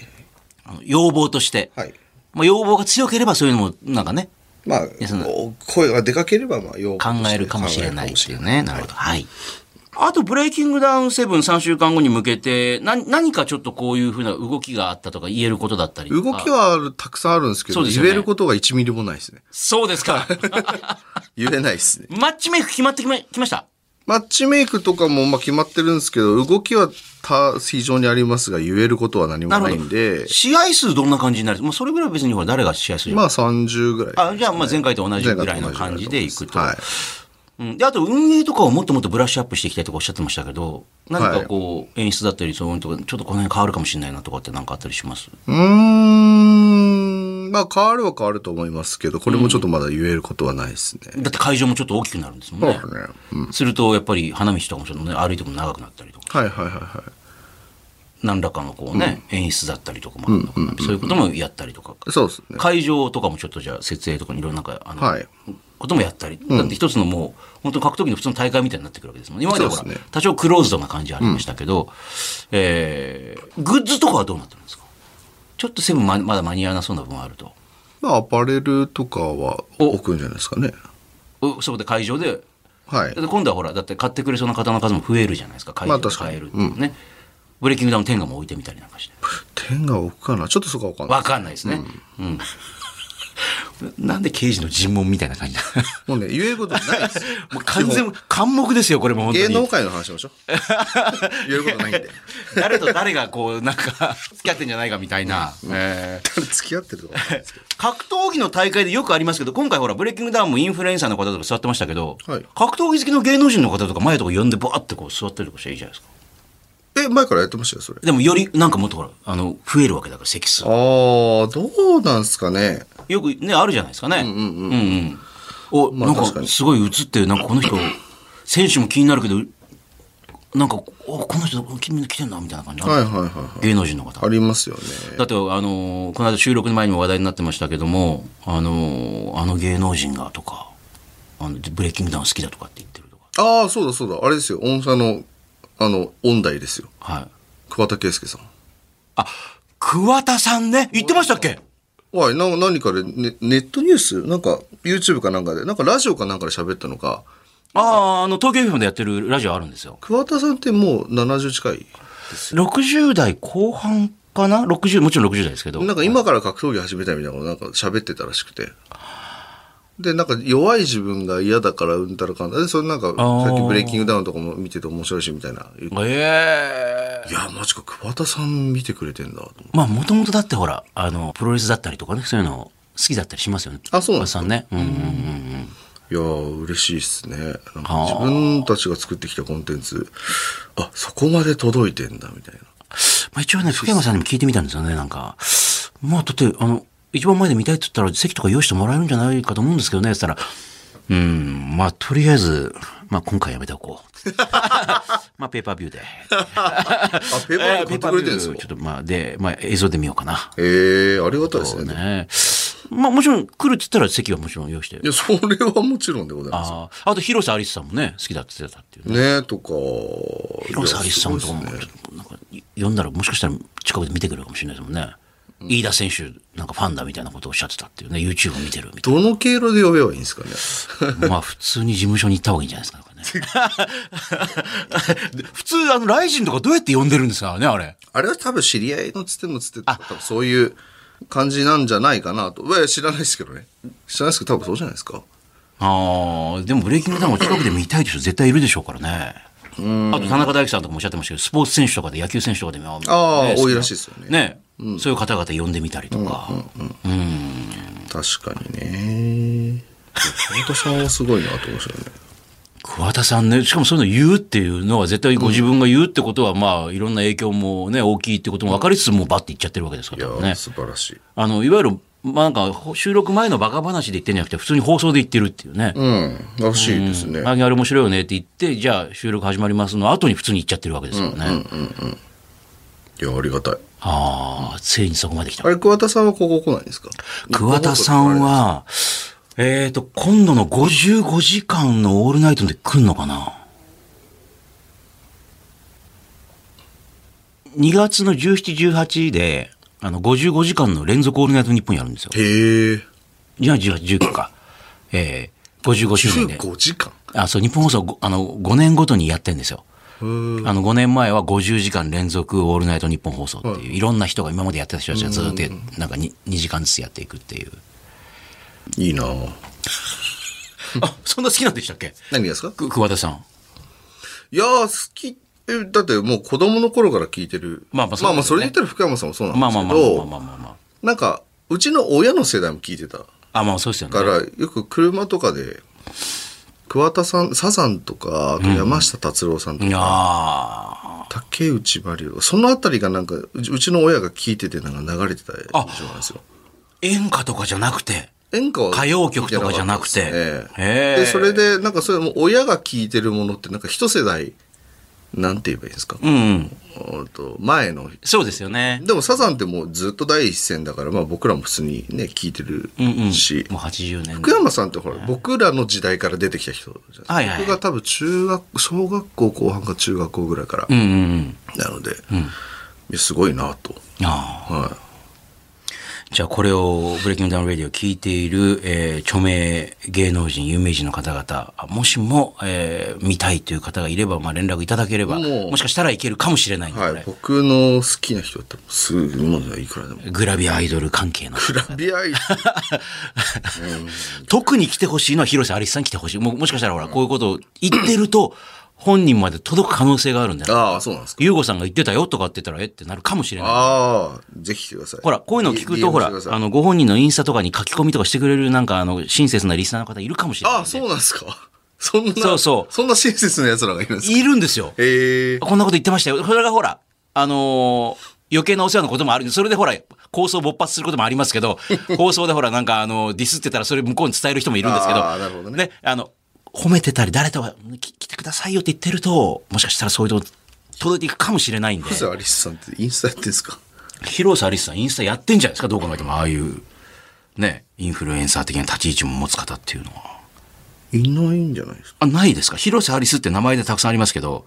C: あの要望として。
B: はい
C: まあ要望が強ければそういうのも、なんかね、
B: まあ
C: やその、
B: お声が出かければ、まあ、よう
C: 考えるかもしれないっていうね。なるほど。
B: は
C: はい。あと、ブレイキングダウンセブン3週間後に向けて、な、何かちょっとこういうふうな動きがあったとか言えることだったりとか
B: 動きはあるたくさんあるんですけ
C: そう
B: ど、
C: ですよ
B: 言
C: ね
B: えることが1ミリもないですね。
C: そうで すか。
B: 言えないですね。
C: マッチメイク決まってきまきました。
B: マッチメイクとかもまあ決まってるんですけど、動きはた非常にありますが、言えることは何もないんで、
C: 試合数どんな感じになるまあ、それぐらいは別にほら誰が試合する、
B: まあ30ぐらい。
C: あ、じゃあ、まあ前回と同じぐらいの
B: 前回と
C: 感
B: 同じ
C: じ
B: ぐら
C: で
B: い
C: い
B: だと
C: く
B: 思い
C: と。
B: ます
C: うん、で、あと運営とかをもっともっとブラッシュアップしていきたいとかおっしゃってましたけど、何
B: は
C: か
B: い
C: こう、演出だったり、そういうのとか、ちょっとこの辺変わるかもしれないなとかって何かあったりします
B: うーん、まあ変わるは変わると思いますけど、これもちょっとまだ言えることはないですね。
C: だって会場もちょっと大きくなるんですもん
B: そう
C: ね
B: です。ね。うん
C: すると、やっぱり花道とかもちょっとね、歩いても長くなったりとか、
B: はいはいはいは
C: 何らかのこうね、演出だったりとかもあるのかな、そういうこともやったりとか。
B: い。そうですね。
C: 会場とかもちょっとじゃあ設営とかにいろんなかあの、
B: はい
C: こともやったり、だって一つのもう本当に格闘技の普通の大会みたいになってくるわけですもんね今まではほら
B: そうですね
C: 多少クローズドな感じありましたけど、えーグッズとかはどうなってるんですかちょっとセブンままだ間に合わなそうな部分はあると
B: まあ、アパレルとかは
D: お
B: 置くんじゃないですかね。
D: おそこで会場で
B: はい。
D: で今度はほらだって買ってくれそうな方の数も増えるじゃないですか会
B: まあ
D: 場で
B: 確かに
D: 買えるっていうね、ブレイキングダウン天下も置いてみたりなんかして
B: 天が置くかなちょっとそこはわかんない。
D: わかんないですね、うん、なん で刑事の尋問みたいな感じだ
B: もうね、言えることないですよ
C: もう完全、完目ですよ、これも本当
B: 芸
C: に。
B: 能界の話し ましょう。言えることないんで。
C: 誰と誰がこう、なん か、付き合ってんじゃないかみたいな。えー
B: 付き合ってるとかわかんないですけど。
C: 格闘技の大会でよくありますけど、今回ほら、ブレイキングダウンもインフルエンサーの方とか座ってましたけど、
B: はい
C: 格闘技好きの芸能人の方とか前とか呼んでバーってこう座ったりとかしていいじゃないですか。
B: え、前からやってましたよ、それ。
C: でもより、なんかもっとほら、あの、増えるわけだから、席数
B: あ。ー、どうなんすかね。
C: よくね、あるじゃないですかね。うんうんうん。お、
B: まあ
C: なん
B: 確か
C: か
B: に
C: すごい映ってる、なんかこの人、選手も気になるけど、なんか、おこの人、君来てんな、みたいな感じ、
B: はいはいはいはい。
C: 芸能人の方。
B: ありますよね。
C: だって、あのーこの間収録の前にも話題になってましたけども、あのーあの芸能人がとか、あの、ブレイキングダウン好きだとかって言ってるとか。
B: あー、そうだそうだ。あれですよ。御社の、あの、音大ですよ。
C: はい。
B: 桑田佳祐さん。
C: あ、桑田さんね、言ってましたっけ
B: はい、な何かで、ね、ネットニュースなんか YouTube かなんかでなんかラジオかなんかで喋ったのか
C: ああ、あの、東京 FM でやってるラジオあるんですよ。
B: 桑田さんってもう70近い
C: 60代後半かな ?60、もちろん60代ですけど。
B: なんか今から格闘技始めたみたいなことなんか喋ってたらしくてでなんか弱い自分が嫌だからうんたらかんだでそれなんか
C: ー
B: さっき「ブレイキングダウン」とかも見てて面白いしみたいな言う
C: ええ
B: いやマジか桑田さん見てくれてんだと思って
C: まあ、もともとだってほら、あの、プロレスだったりとかね、そういうの好きだったりしますよね。
B: あそうなんです
C: 桑田さんね。うんうんうんうん。
B: いやー嬉しいっすねなんか自分たちが作ってきたコンテンツあそこまで届いてんだみたいな
C: まあ、一応ね、福山さんにも聞いてみたんですよね、なんか。まあ、だって、あの、一番前で見たいって言ったら、席とか用意してもらえるんじゃないかと思うんですけどね、って言ったら、うん、まあ、とりあえず、まあ、今回やめておこう。 まあ、ペーパービューで。
B: あペーパーで買ってくれてるんです
C: ちょ
B: よ
C: っと、まあ、で、まあ、映像で見ようかな。
B: ええー、ありがたいですね
C: ね。まあ、もちろん、来るって言ったら席はもちろん用意して
B: い。や、それはもちろんでございます。
C: ああ、あと、広瀬アリスさんもね、好きだって言ってたっていうね。
B: ねえ、とか。
C: 広瀬アリスさんとかも、
B: いやすごいっすね
C: なんか、呼んだら、もしかしたら近くで見てくれるかもしれないですもんね。飯田選手、なんかファンだみたいなことをおっしゃってたっていうね、YouTube を見てるみたい
B: どの経路で呼べばいいんですかね。
C: な。まあ、普通に事務所に行った方がいいんじゃないですかね。 普通、あの、ライジンとかどうやって呼んでるんですかね、あれ。
B: あれは多分知り合いのつてもつてとか、多分そういう感じなんじゃないかなと。いや、知らないですけどね。知らないですけど、多分そうじゃないですか。
C: ああ、でもブレイキングダウンは近くで見たいでしょ、絶対いるでしょうからね。あと、田中大樹さんとかもおっしゃってましたけど、スポーツ選手とかで野球選手とかでも、
B: ああ、
C: ね
B: 多いらしいですよね。
C: ね、そういう方々呼んでみたりとか。
B: 確かにね。本田さんはすごいなと思いましたよね。
C: 桑田さんね、しかもそういうの言うっていうのは絶対ご自分が言うってことは、まあ、いろんな影響もね、大きいってことも分かりつつ、もうバッて言っちゃってるわけですか
B: いや
C: ら
B: ー、
C: ね。
B: 素晴らしい。
C: あの、いわゆる、まあなんか、収録前のバカ話で言ってんじゃなくて、普通に放送で言ってるっていうね。
B: うん、らしいですね。
C: ああれ面白いよねって言って、じゃあ収録始まりますの後に普通に言っちゃってるわけですよね。
B: いや、ありがたい。
C: ああ、ついにそこまで来た
B: あ。れ、桑田さんはここ来ないんですか
C: 桑田さん。は、えっ、と、今度の55時間のオールナイトで来んのかな ?2 月の17、18で、あの、55時間の連続オールナイト日本やるんですよ。
B: へえ。
C: じゃあ18、19か。えー、55周年で。
B: 15時間
C: あ、そう、日本放送ご、あの、5年ごとにやってんですよ。あの、5年前は50時間連続オールナイト日本放送っていう、いろんな人が今までやってた人たちがずーっとや、なんか 2, 2時間ずつやっていくっていう。
B: いいなぁ
C: あ、そんな好きなんでしたっけ
B: 何がですか
C: く桑田さん。
B: いやー、好き。え、だってもう子供の頃から聞いてる。
C: まあまあそうですよね
B: まあまあ、それで言ったら福山さんもそうなんで
C: まあ
B: す
C: まあ
B: け
C: まあまあまあ
B: ど、
C: まあま
B: なんか、うちの親の世代も聞いてた
C: あ。あ、まあそうですよ
B: か
C: ね。
B: ら、よく車とかで、桑田さん、サザンとか、あと山下達郎さんと
C: いや
B: か、
C: ー
B: 竹内まりやそのあたりがなんか、うちうちの親が聞いててなんか流れてた印象なんですよ。
C: 演歌とかじゃなくて。
B: 演歌は
C: 歌謡曲とかじゃなくて
B: 聞いなかったですね
C: へえ
B: で、それで、なんかそれも親が聞いてるものって、なんか一世代、なんて言えばいいんですか、
C: うんうん。
B: うんと前の
C: そうですよね。
B: でもサザンってもうずっと第一線だから、まあ、僕らも普通にね聞いてる
C: うんうん。もう
B: し、
C: 80年
B: 福山さんってほら僕らの時代から出てきた人じゃないですか、
C: はいはい
B: 僕が多分中学小学校後半か中学校ぐらいから、
C: うんうんうん。
B: なので、いやすごいなと、
C: ああ。
B: は
D: じゃあこれをブレイキングダウンレディを聞いている、えー著名芸能人、有名人の方々、あもしも、えー見たいという方がいれば、まあ、連絡いただければ、
B: もう
D: もしかしたらいけるかもしれないんで、こ
B: はい。僕の好きな人だったらすぐもういくらでも。
D: れグラビアアイドル関係の。
B: グラビアアイドル
D: 特に来てほしいのは広瀬アリスさん来てほしい。もうもしかしたらほら、こういうことを言ってると、本人まで届く可能性があるんだよ。
B: ああ、そうなんですか。
D: ユーゴさんが言ってたよとかって言ったら、えってなるかもしれない。
B: ああ、ぜひ来てください。
D: ほら、こういうのを聞く
B: DM
D: と、ほら、
B: してください
D: あの、ご本人のインスタとかに書き込みとかしてくれる、なんか、あの、親切なリスナーの方いるかもしれないん
B: あ
D: で。
B: あ、そうなんですか。 そんな、
D: そうそう
B: そんな親切な奴らがいるんですか
D: いるんですよ。
B: ええ
D: こんなこと言ってましたよ。それがほら、あのー余計なお世話のこともあるんでそれでほら、構想勃発することもありますけ ど、放送でほら、なんか、あの、ディスってたら、それ向こうに伝える人もいるんですけど、
B: あーなるほどね
D: あの、褒めてたり、誰とか、き来てくださいよって言ってると、もしかしたらそういうの届いていくかもしれないんで。
B: ー。アリスさんってインスタやってんですか
D: 広瀬アリスさんインスタやってんじゃないですかどう考えてもああいうねインフルエンサー的な立ち位置も持つ方っていうのはい
B: ないんじゃないですか
D: あないですか広瀬アリスって名前でたくさんありますけど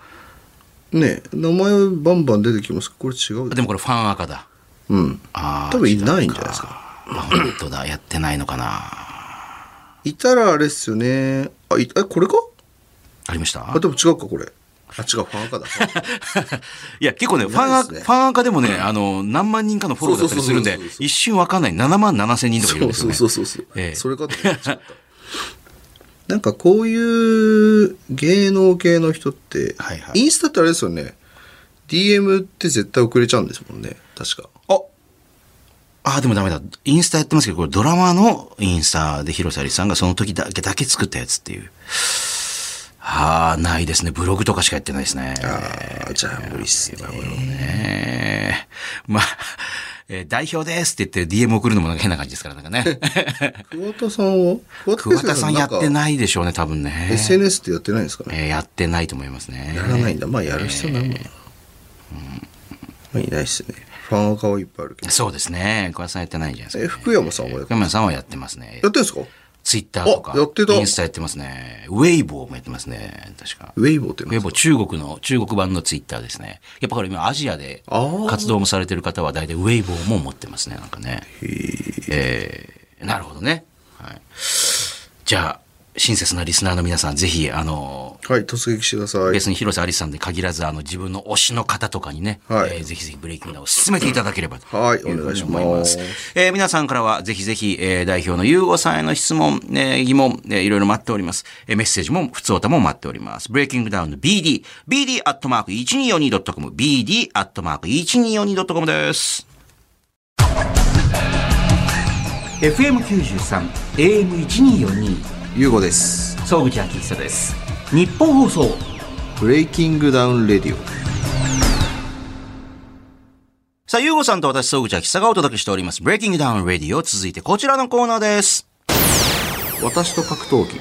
B: ねえ、名前バンバン出てきますけどこれ違う
D: あでもこれファン赤だ
B: うん。
D: あー
B: 多分いないんじゃないですか。
D: あ本当だやってないのかない
B: たらあれっすよね。あ、いえ、これか
D: ありました
B: あ、 でも違うか、これ。あ、違う、ファンかだ。
D: いや結構ねファン
B: ないで
D: 赤
B: すね
D: ファン赤でもねあの何万人かのフォローだったりするんで
B: そうそうそうそうそう
D: 一瞬わかんない7万7千人とかいる
B: そ
D: ん
B: う
D: ですよ
B: そ
D: ね
B: うそうそうそう。
D: ええ
B: それかと思っちゃった。 なんかこういう芸能系の人って、
D: はいはい
B: インスタってあれですよね。DM って絶対遅れちゃうんですもんね。確か。
D: ああーでもダメだ。インスタやってますけど、これドラマのインスタで広瀬アリスさんがその時だけだけ作ったやつっていう。ああ、ないですね。ブログとかしかやってないですね。
B: ああ、じゃあ無理っすね。
D: ねえまあ、えー代表ですって言って DM 送るのもなんか変な感じですから、なんか ね。
B: 桑田さんは
D: 桑田さんやって
B: い。
D: ないでしょうね、多分ね。
B: SNS ってやってないんですか
D: え
B: ね。
D: ーやってないと思いますね。
B: やらないんだ。まあやる必要ないもんな。まあいないっすね。ファンアカはいっぱいあるけど。
D: そうですね。桑田さんやってないんじゃないですか、
B: え、福山さんはやっ
D: 福山さんはやってますね
B: や。ってんすか
D: ツイッターとか
B: あやってた、
D: インスタやってますね。ウェイボーもやってますね。確か。
B: ウェイボーって
D: ウ
B: な
D: ェ
B: ん
D: イ
B: です
D: ボ
B: か
D: ー中国の、中国版のツイッターですね。やっぱこれ今アジアで
B: あー
D: 活動もされてる方は大体ウェイボーも持ってますね、なんかね。えーなるほどね。はい。じゃあ、親切なリスナーの皆さん、ぜひ、あの、
B: はい、突撃してください。
D: 別に広瀬アリスさんで限らず、あの、自分の推しの方とかにね、
B: はい
D: えーぜひぜひブレイキングダウンを進めていただければと。
B: はい、お願いします。
D: えー皆さんからはぜひぜひ、えー代表の優吾さんへの質問、えー疑問、えーいろいろ待っております。えーメッセージも、普通歌も待っております。ブレイキングダウンの BD、BD アットマーク 1242.com、BD アットマーク 1242.com です。
A: FM93 AM1242
B: ゆうごです。
A: 総口昭久です日本放送
B: ブレイキングダウンレディオ。
D: さあ、優吾さんと私、総口は久がお届けしております。ブレイキングダウンレディオ、続いてこちらのコーナーです。
B: 私と格闘技。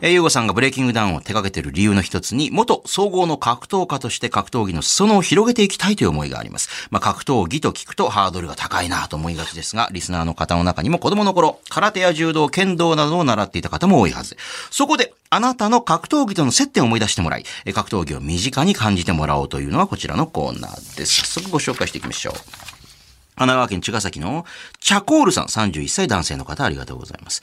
D: えー、ゆうごさんがブレイキングダウンを手掛けている理由の一つに、元総合の格闘家として格闘技の裾野を広げていきたいという思いがあります。まあ、格闘技と聞くとハードルが高いなと思いがちですが、リスナーの方の中にも子供の頃、空手や柔道、剣道などを習っていた方も多いはず。そこで、あなたの格闘技との接点を思い出してもらい、えー格闘技を身近に感じてもらおうというのはこちらのコーナーです。早速ご紹介していきましょう。神奈川県茅ヶ崎のチャコールさん31歳男性の方ありがとうございます。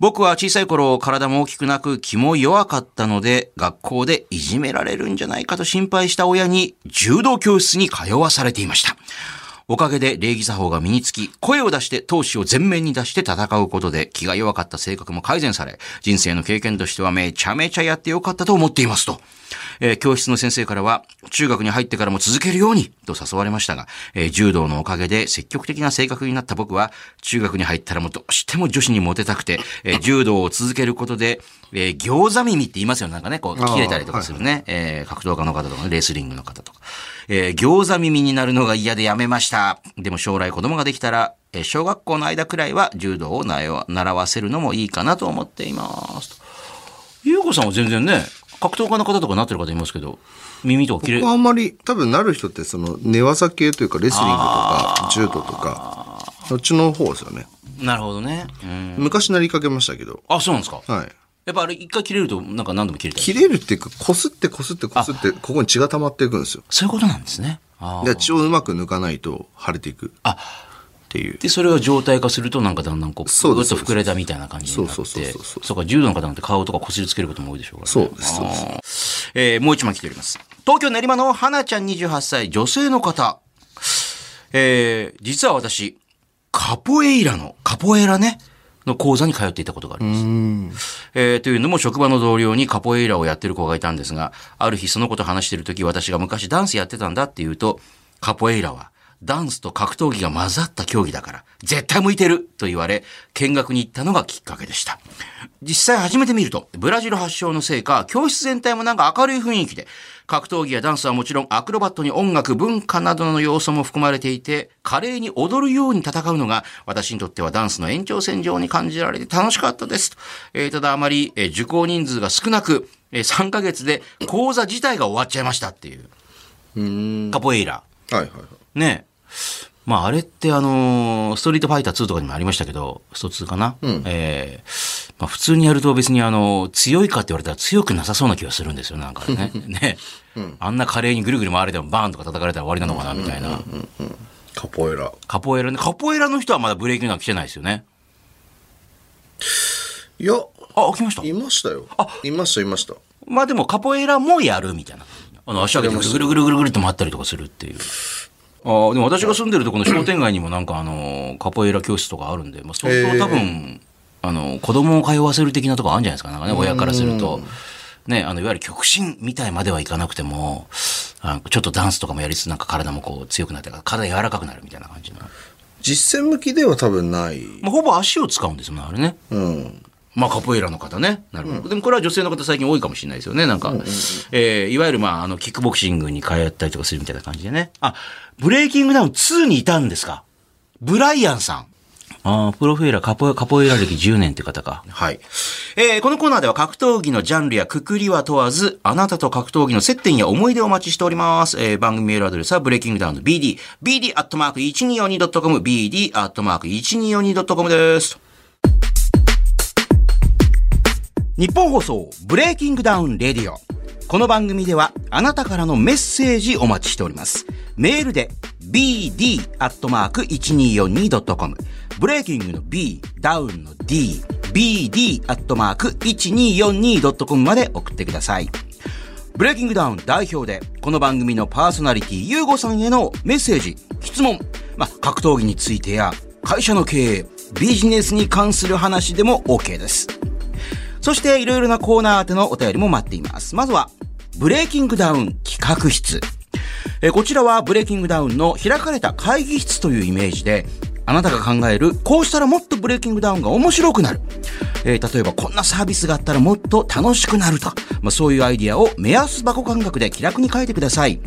D: 僕は小さい頃体も大きくなく気も弱かったので学校でいじめられるんじゃないかと心配した親に柔道教室に通わされていました。おかげで礼儀作法が身につき、声を出して闘志を前面に出して戦うことで気が弱かった性格も改善され、人生の経験としてはめちゃめちゃやってよかったと思っていますと。えー教室の先生からは、中学に入ってからも続けるようにと誘われましたが、えー柔道のおかげで積極的な性格になった僕は、中学に入ったらもうどうしても女子にモテたくて、えー柔道を続けることで、えー餃子耳って言いますよね。なんかね、こう、切れたりとかするね。えー格闘家の方とかね、レスリングの方とか。えー餃子耳になるのが嫌でやめました。でも将来子供ができたら、えー小学校の間くらいは柔道をなよ習わせるのもいいかなと思っています。とゆうこさんは全然ね、格闘家の方とかなってる方いますけど、耳とか切れ
B: 僕、はあんまり、多分なる人って、その、寝技系というか、レスリングとか、柔道とか、そっちの方ですよね。
D: なるほどね。うん。
B: 昔なりかけましたけど。
D: あ、そうなんですか。
B: はい。
D: やっぱあれ一回切れるとなんか何度も切れたり
B: 切れるっていうか、こすってこすってこすって、ここに血が溜まっていくんですよ。
D: そういうことなんですね。あー
B: で血をうまく抜かないと腫れていく。
D: あ、
B: っていう。
C: で、それが状態化すると、なんかだんだんこう、
B: そう
C: ぐ
B: で
C: っ
B: す
C: と膨れたみたいな感じになって。
B: そうそうそうそうそう
C: そうか、柔道の方なんて顔とかこすりつけることも多いでしょうから、ね。
B: そうです、そうです。
D: えーもう一枚来ております。東京練馬の花ちゃん28歳、女性の方。えー実は私、カポエイラの、カポエラね、の講座に通っていたことがあります。えーというのも職場の同僚にカポエイラをやってる子がいたんですが、ある日その子と話してる時、私が昔ダンスやってたんだって言うと、カポエイラはダンスと格闘技が混ざった競技だから、絶対向いてると言われ、見学に行ったのがきっかけでした。実際初めて見ると、ブラジル発祥のせいか、教室全体もなんか明るい雰囲気で、格闘技やダンスはもちろんアクロバットに音楽、文化などの要素も含まれていて、華麗に踊るように戦うのが、私にとってはダンスの延長線上に感じられて楽しかったです。えーただあまり、えー受講人数が少なく、えー3ヶ月で講座自体が終わっちゃいましたっていう。カポエイラ。
B: はいはいはい。
D: ねえまああれってあのーストリートファイター2とかにもありましたけど、スト2かな。えーまあ普通にやると別にあの、強いかって言われたら強くなさそうな気がするんですよ、なんか ね。ね、あんな華麗にぐるぐる回れてもバーンとか叩かれたら終わりなのかな、みたいな。
B: カポエラ。
D: カポエラね。カポエラの人はまだブレーキなんか来てないですよね。
B: いや、
D: あ、来ました。
B: いましたよ。いました、いました。
D: まあでもカポエラもやるみたいな。あの足上げてぐるぐるぐるぐるって回ったりとかするっていう。ああ、でも私が住んでるとこの商店街にもなんかあの、カポエラ教室とかあるんで、まあ相当多分、あの、子供を通わせる的なとこあるんじゃないですか、なんかね、親からすると。ね、あの、いわゆる極真みたいまではいかなくても、あのちょっとダンスとかもやりつつ、なんか体もこう強くなって、体柔らかくなるみたいな感じの。
B: 実践向きでは多分ない。
D: まあ、ほぼ足を使うんですよね、あれね。
B: うん。
D: まあ、カポエイラの方ね。なるほど。でもこれは女性の方最近多いかもしれないですよね。なんか、えーいわゆるまあ、あの、キックボクシングに通ったりとかするみたいな感じでね。あ、ブレイキングダウン2にいたんですか。ブライアンさん。ああ、プロフェイラーカポエ、カポエイラ歴10年って方か。
B: はい。
D: えーこのコーナーでは格闘技のジャンルやくくりは問わず、あなたと格闘技の接点や思い出をお待ちしております。えー番組メールアドレスはブレイキングダウンの BD、BD アットマーク 1242.com、BD アットマーク 1242.com です。日本放送、ブレイキングダウンレディオ。この番組では、あなたからのメッセージお待ちしております。メールで、bd.1242.com、ブレイキングの b、ダウンの d、bd.1242.com まで送ってください。ブレイキングダウン代表で、この番組のパーソナリティ、ゆうごさんへのメッセージ、質問、まあ、格闘技についてや、会社の経営、ビジネスに関する話でも OK です。そしていろいろなコーナー宛てのお便りも待っています。まずは、ブレイキングダウン企画室。えーこちらはブレイキングダウンの開かれた会議室というイメージで、あなたが考える、こうしたらもっとブレイキングダウンが面白くなる。えー例えばこんなサービスがあったらもっと楽しくなるとか、まあ、そういうアイディアを目安箱感覚で気楽に書いてください。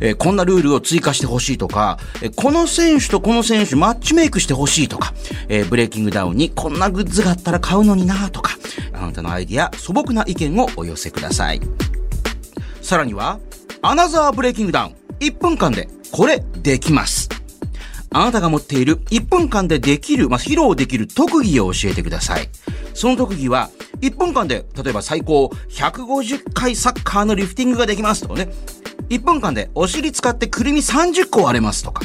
D: えーこんなルールを追加してほしいとか、えーこの選手とこの選手マッチメイクしてほしいとか、えーブレイキングダウンにこんなグッズがあったら買うのになとか、あなたのアイディア、素朴な意見をお寄せください。さらには、アナザーブレイキングダウン。1分間で、これ、できます。あなたが持っている1分間でできる、まあ、披露できる特技を教えてください。その特技は、1分間で、例えば最高150回サッカーのリフティングができますとかね。1分間でお尻使ってくるみ30個割れますとか。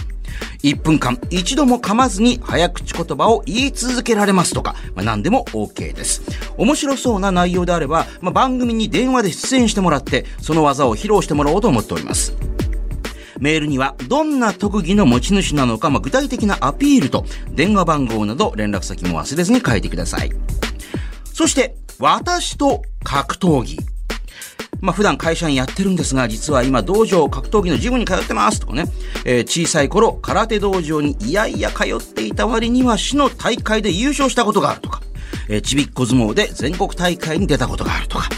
D: 1分間一度も噛まずに早口言葉を言い続けられますとか、まあ、何でも OK です。面白そうな内容であれば、まあ、番組に電話で出演してもらって、その技を披露してもらおうと思っております。メールには、どんな特技の持ち主なのか、まあ、具体的なアピールと、電話番号など連絡先も忘れずに書いてください。そして、私と格闘技。まあ、普段会社員やってるんですが、実は今道場格闘技のジムに通ってますとかね、えー小さい頃空手道場にいやいや通っていた割には市の大会で優勝したことがあるとか、えーちびっこ相撲で全国大会に出たことがあるとか、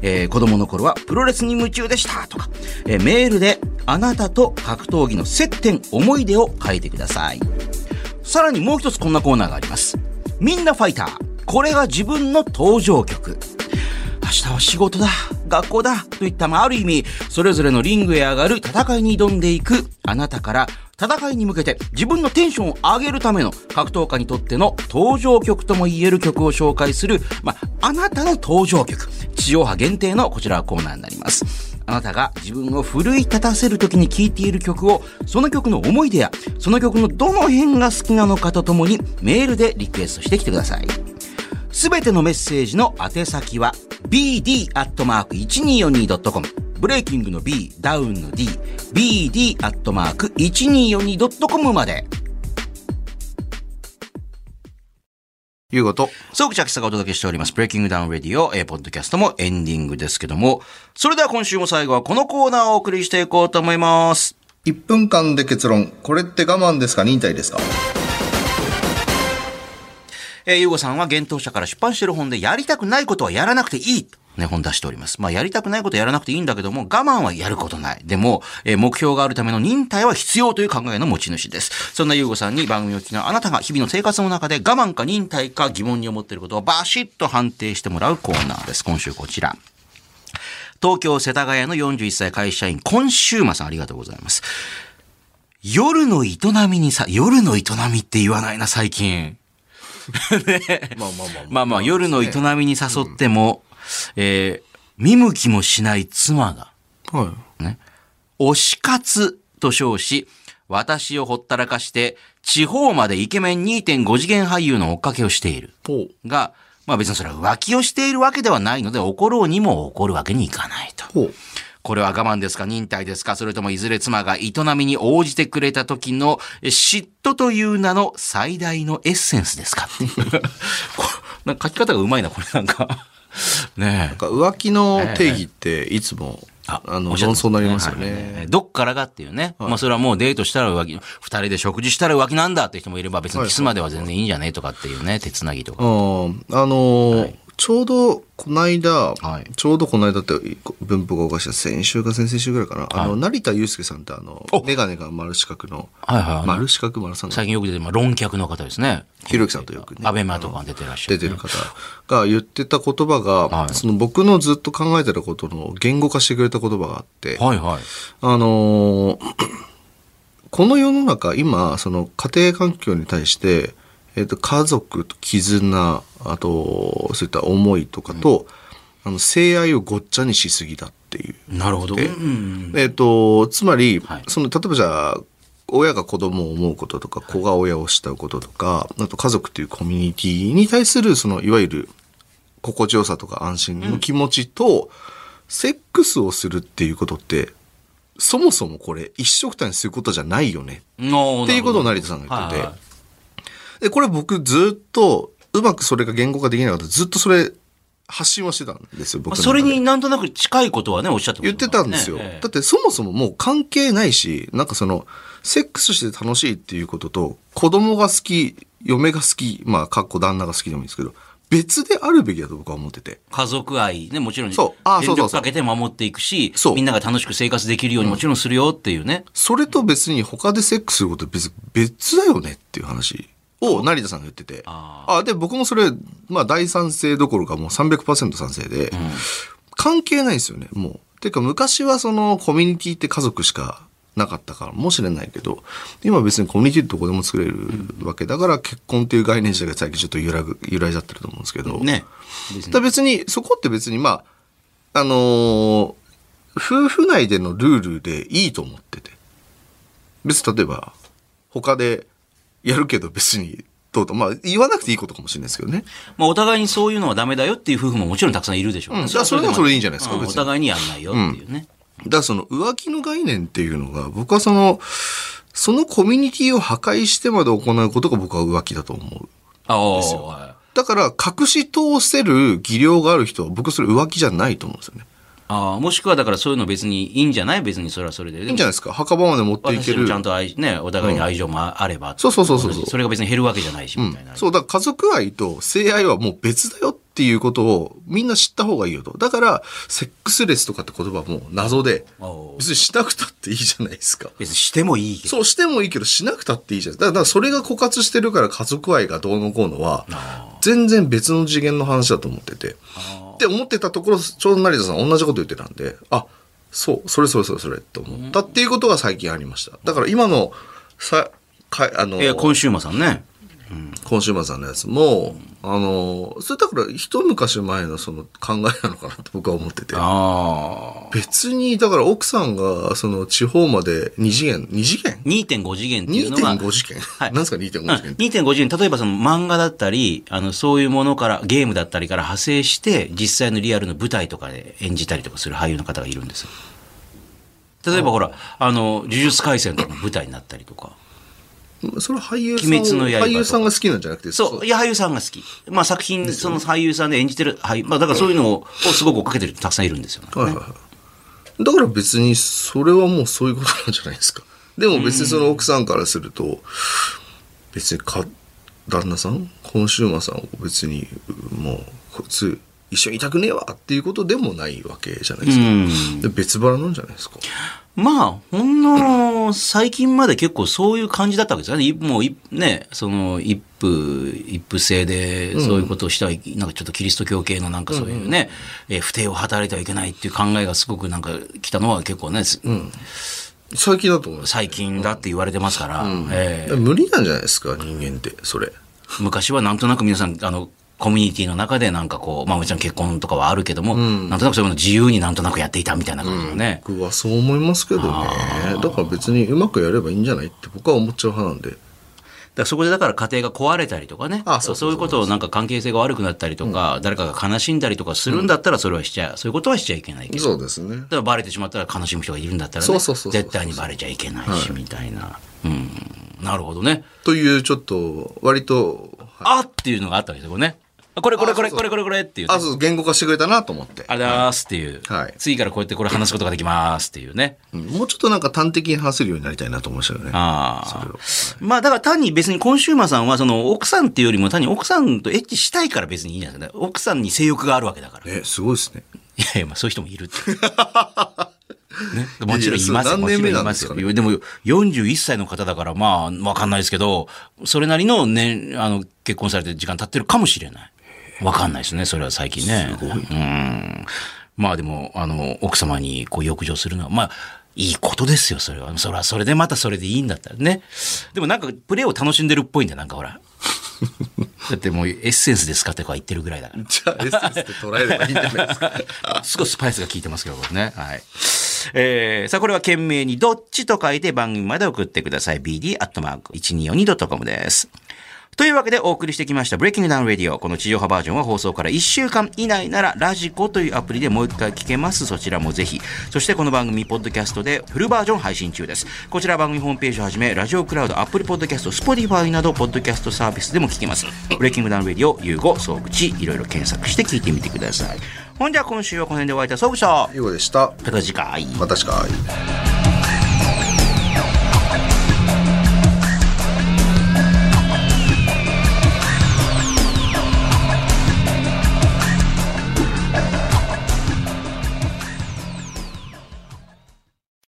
D: えー子供の頃はプロレスに夢中でしたとか、えーメールであなたと格闘技の接点、思い出を書いてください。さらにもう一つこんなコーナーがあります。みんなファイター。これが自分の登場曲。明日は仕事だ、学校だ、といった、まあ、ある意味、それぞれのリングへ上がる戦いに挑んでいく、あなたから、戦いに向けて自分のテンションを上げるための格闘家にとっての登場曲とも言える曲を紹介する、まあ、あなたの登場曲、地上波限定のこちらはコーナーになります。あなたが自分を奮い立たせる時に聴いている曲を、その曲の思い出や、その曲のどの辺が好きなのかとともに、メールでリクエストしてきてください。すべてのメッセージの宛先は bd.1242.com ブレイキングの B、ダウンの D、bd.1242.com まで。
B: いうこと。
D: そう、口秋さがお届けしております。ブレイキングダウンレディオ、えー、ポッドキャストもエンディングですけども。それでは今週も最後はこのコーナーをお送りしていこうと思います。
B: 1分間で結論。これって我慢ですか忍耐ですか
D: えー、ゆうごさんは、幻冬者から出版している本で、やりたくないことはやらなくていいと。ね、本出しております。まあ、やりたくないことはやらなくていいんだけども、我慢はやることない。でも、えー目標があるための忍耐は必要という考えの持ち主です。そんなゆうごさんに番組を聞きなあなたが日々の生活の中で我慢か忍耐か疑問に思っていることをバシッと判定してもらうコーナーです。今週こちら。東京世田谷の41歳会社員、今週馬さんありがとうございます。夜の営みにさ、夜の営みって言わないな、最近。
B: まあまあまあ
D: まあまあ、夜の営みに誘っても、えー見向きもしない妻が、
B: まあ。はい。
D: 推し活と称し、私をほったらかして、地方までイケメン2.5次元俳優の追っかけをしている。
B: ほう。
D: が、まあ別にそれは浮気をしているわけではないので、怒ろうにも怒るわけにいかないと。
B: ほう。
D: これは我慢ですか忍耐ですかそれともいずれ妻が営みに応じてくれた時のえ嫉妬という名の最大のエッセンスですか こなんか書き方がうまいな、これなんか。ね
B: なんか浮気の定義っていつも、
D: あ
B: あの、
D: おっしゃって
B: 論
D: ます
B: 争になりますよ
D: え。
B: ね。
D: ねどっからがっていうね。まあそれはもうデートしたら浮気、二人で食事したら浮気なんだって人もいれば別にキスまでは全然いいんじゃねえとかっていうね、手つなぎと
B: う
D: か。
B: ん。あのーちょうどこの間、
D: はい
B: ちょうどこの間って文法がおかしい先週か先々週ぐらいかな、あの成田悠介さんってあの眼鏡が丸四角の
D: はいはいあの
B: 丸四角丸三角
D: 最近よく出てる、まあ論客の方ですね。
B: ひろゆきさんとよくね
D: アベマとかに出てらっしゃる、
B: 出てる方が言ってた言葉が、
D: はい
B: その僕のずっと考えてたことの言語化してくれた言葉があって、
D: はいはい。
B: あのーこの世の中今その家庭環境に対して、えっと家族と絆あとそういった思いとかと、あの性愛をごっちゃにしすぎだっていう。
D: なるほど。うん
B: えっとつまり、
D: はい
B: その例えばじゃあ親が子供を思うこととか子が親を慕うこととか、あと家族というコミュニティに対するそのいわゆる心地よさとか安心の気持ちと、セックスをするっていうことってそもそもこれ一緒くたにすることじゃないよね
D: っ
B: っていうことを成田さんが言ってて、
D: はいはい
B: でこれ僕ずっとうまくそれが言語化できなかったずっとそれ発信はしてたんですよ僕の中で
D: それになんとなく近いことはね、おっしゃってまし
B: 言ってたんですよ。
D: ええ
B: だってそもそももう関係ないし、なんかその、セックスして楽しいっていうことと、子供が好き、嫁が好き、まあ、かっこ旦那が好きでもいいんですけど、別であるべきだと僕は思ってて。
D: 家族愛ね、もちろん。
B: そうあそうそう
D: 全力
B: そう
D: かけて守っていくし、
B: そう
D: みんなが楽しく生活できるようにもちろんするよっていうね。
B: それと別に他でセックスすること別、別だよねっていう話を成田さんが言ってて。
D: あ
B: あで、僕もそれ、まあ、大賛成どころかもう300%賛成で、関係ないですよね、もう。てか、昔はその、コミュニティって家族しかなかったからもしれないけど、今別にコミュニティってどこでも作れるわけだから、結婚っていう概念自体が最近ちょっと揺らぐ、揺らいじゃってると思うんですけど。
D: ね。
B: だから別に、そこって別に、まあ、あのー夫婦内でのルールでいいと思ってて。別に例えば、他でやるけど別に、どうと、まあ、言わなくていいことかもしれないですけどね。
D: まあお互いにそういうのはダメだよっていう夫婦ももちろんたくさんいるでしょう、
B: うんだからそれでもそれでいいんじゃないですか
D: うん
B: 別
D: お
B: に
D: 互いにやんないよっていうね。
B: だからその浮気の概念っていうのが、僕はその、そのコミュニティを破壊してまで行うことが僕は浮気だと思う。
D: ああ、
B: だから隠し通せる技量がある人は僕それ浮気じゃないと思うんですよね。
D: ああもしくはだからそういうの別にいいんじゃない別にそれはそれで。い
B: いいんじゃないですか墓場まで持っていけ
D: 私も
B: る。
D: ちゃんと愛、ね、お互いに愛情もあれば、
B: そうそうそうそうそう
D: れが別に減るわけじゃないし、みたいな。
B: そう、だから家族愛と性愛はもう別だよっていうことをみんな知った方がいいよと。だから、セックスレスとかって言葉はもう謎で
D: おう、
B: 別にしなくたっていいじゃないですか。
D: 別にしてもいいけど。
B: そうしてもいいけど、しなくたっていいじゃん。だから、だからそれが枯渇してるから家族愛がどうのこうのは、全然別の次元の話だと思ってて。って思ってたところ、ちょうど成田さん同じこと言ってたんで、あ、そう、それそれそれそれって思ったっていうことが最近ありました。だから今の、さ、かあの、
D: えー、今週もさんね。
B: コンシューマーさんのやつも、あの、それだから一昔前のその考えなのかなって僕は思ってて。
D: ああ。
B: 別に、だから奥さんが、その地方まで2次元、2次元
D: 2.5次元っていうのは、
B: ?2.5 次元、
D: はい
B: なんすか2.5次
D: うん
B: 元って。
D: 2.5次元、例えばその漫画だったり、あの、そういうものから、ゲームだったりから派生して、実際のリアルの舞台とかで演じたりとかする俳優の方がいるんですよ。例えばほら、あの、呪術廻戦とかの舞台になったりとか。
B: それは俳優さん
D: 鬼滅の刃とか
B: 俳優さんが好きなんじゃなくて、
D: そう、いや、俳優さんが好き。まあ作品、その俳優さんで演じてる、はい、まあだからそういうのををすごく追っかけてる人たくさんいるんですよ、ね。
B: はいはいはい。だから別にそれはもうそういうことなんじゃないですか。でも別にその奥さんからすると、別にか、旦那さん、コンシューマーさんを別に、もう、こいつ、一緒にいたくねえわっていうことでもないわけじゃないですか。で別腹なんじゃないですか。
D: まあ、ほんの最近まで結構そういう感じだったわけですよね。いもうい、ね、その一夫、一夫制でそういうことをしてはい、なんかちょっとキリスト教系のなんかそういうね、えー不定を働いてはいけないっていう考えがすごくなんか来たのは結構ね、す
B: 最近だと思います。
D: 最近だって言われてますから、えー
B: 無理なんじゃないですか、人間って、それ。
D: 昔はなんとなく皆さん、あの、コミュニティの中でなんかこう、まあもちろん結婚とかはあるけども、なんとなくそういうの自由になんとなくやっていたみたいな感じのね。
B: 僕はそう思いますけどね。だから別にうまくやればいいんじゃないって僕は思っちゃう派なんで。
D: だからそこでだから家庭が壊れたりとかね
B: あ
D: そ
B: そ
D: そう
B: うう
D: いうことをなんか関係性が悪くなったりとか、誰かが悲しんだりとかするんだったらそれはしちゃそういうことはしちゃいけないけどだか
B: そうですね。
D: らバレてしまったら悲しむ人がいるんだったら、ね、
B: そうそうそうそう
D: 絶対にバレちゃいけないし、みたいな、うん、なるほどね
B: というちょっと割と、
D: あっていうのがあったわけですよこれねこれこれこれ
B: あそうそう
D: これこれこれっていうね、
B: あ、そう、言語化してくれたなと思って。
D: あれだーすっていう、
B: はい
D: 次からこうやってこれ話すことができますっていうね
B: うんもうちょっとなんか端的に話せるようになりたいなと思いましたよね。
D: あ
B: れをは
D: あ。まあだから単に別にコンシューマーさんはその奥さんっていうよりも単に奥さんとエッチしたいから別にいいんじゃないですかね。奥さんに性欲があるわけだから。い
B: え、すごいですね。
D: やいや、まあそういう人もいるって。ね、もちろんい
B: いや
D: ま
B: い
D: す
B: やそれ
D: もちろ
B: 何年目
D: んい
B: なん
D: ま
B: ですす
D: よ。
B: か
D: で
B: ね
D: も41歳の方だからまあわかんないですけど、それなりの年、あの結婚されて時間経ってるかもしれない。わかんないですね、それは最近ね。うん。まあでも、あの、奥様にこう浴場するのは、まあ、いいことですよ、それは。それは、それでまたそれでいいんだったらね。でもなんか、プレーを楽しんでるっぽいんだよ、なんかほ ら。だってもうエッセンスですかってこう言ってるぐらいだから。
B: じゃあ、エッセンスって捉えればいいんじゃないですか。
D: すごいスパイスが効いてますけど、これね。はい。えー、さあ、これは懸命にどっちと書いて番組まで送ってください。bd.1242.com です。というわけでお送りしてきましたブレイキングダウンレディオ。この地上波バージョンは放送から1週間以内ならラジコというアプリでもう一回聞けます。そちらもぜひ。そしてこの番組、ポッドキャストでフルバージョン配信中です。こちら番組ホームページをはじめ、ラジオクラウド、アップルポッドキャスト、スポティファイなど、ポッドキャストサービスでも聞けます。ブレイキングダウンレディオ、ゆうご、総口、いろいろ検索して聞いてみてください。ほんじゃ今週はこの辺でお会いいたい総口と、
B: ゆうごでした。
D: また次回。
B: またしか。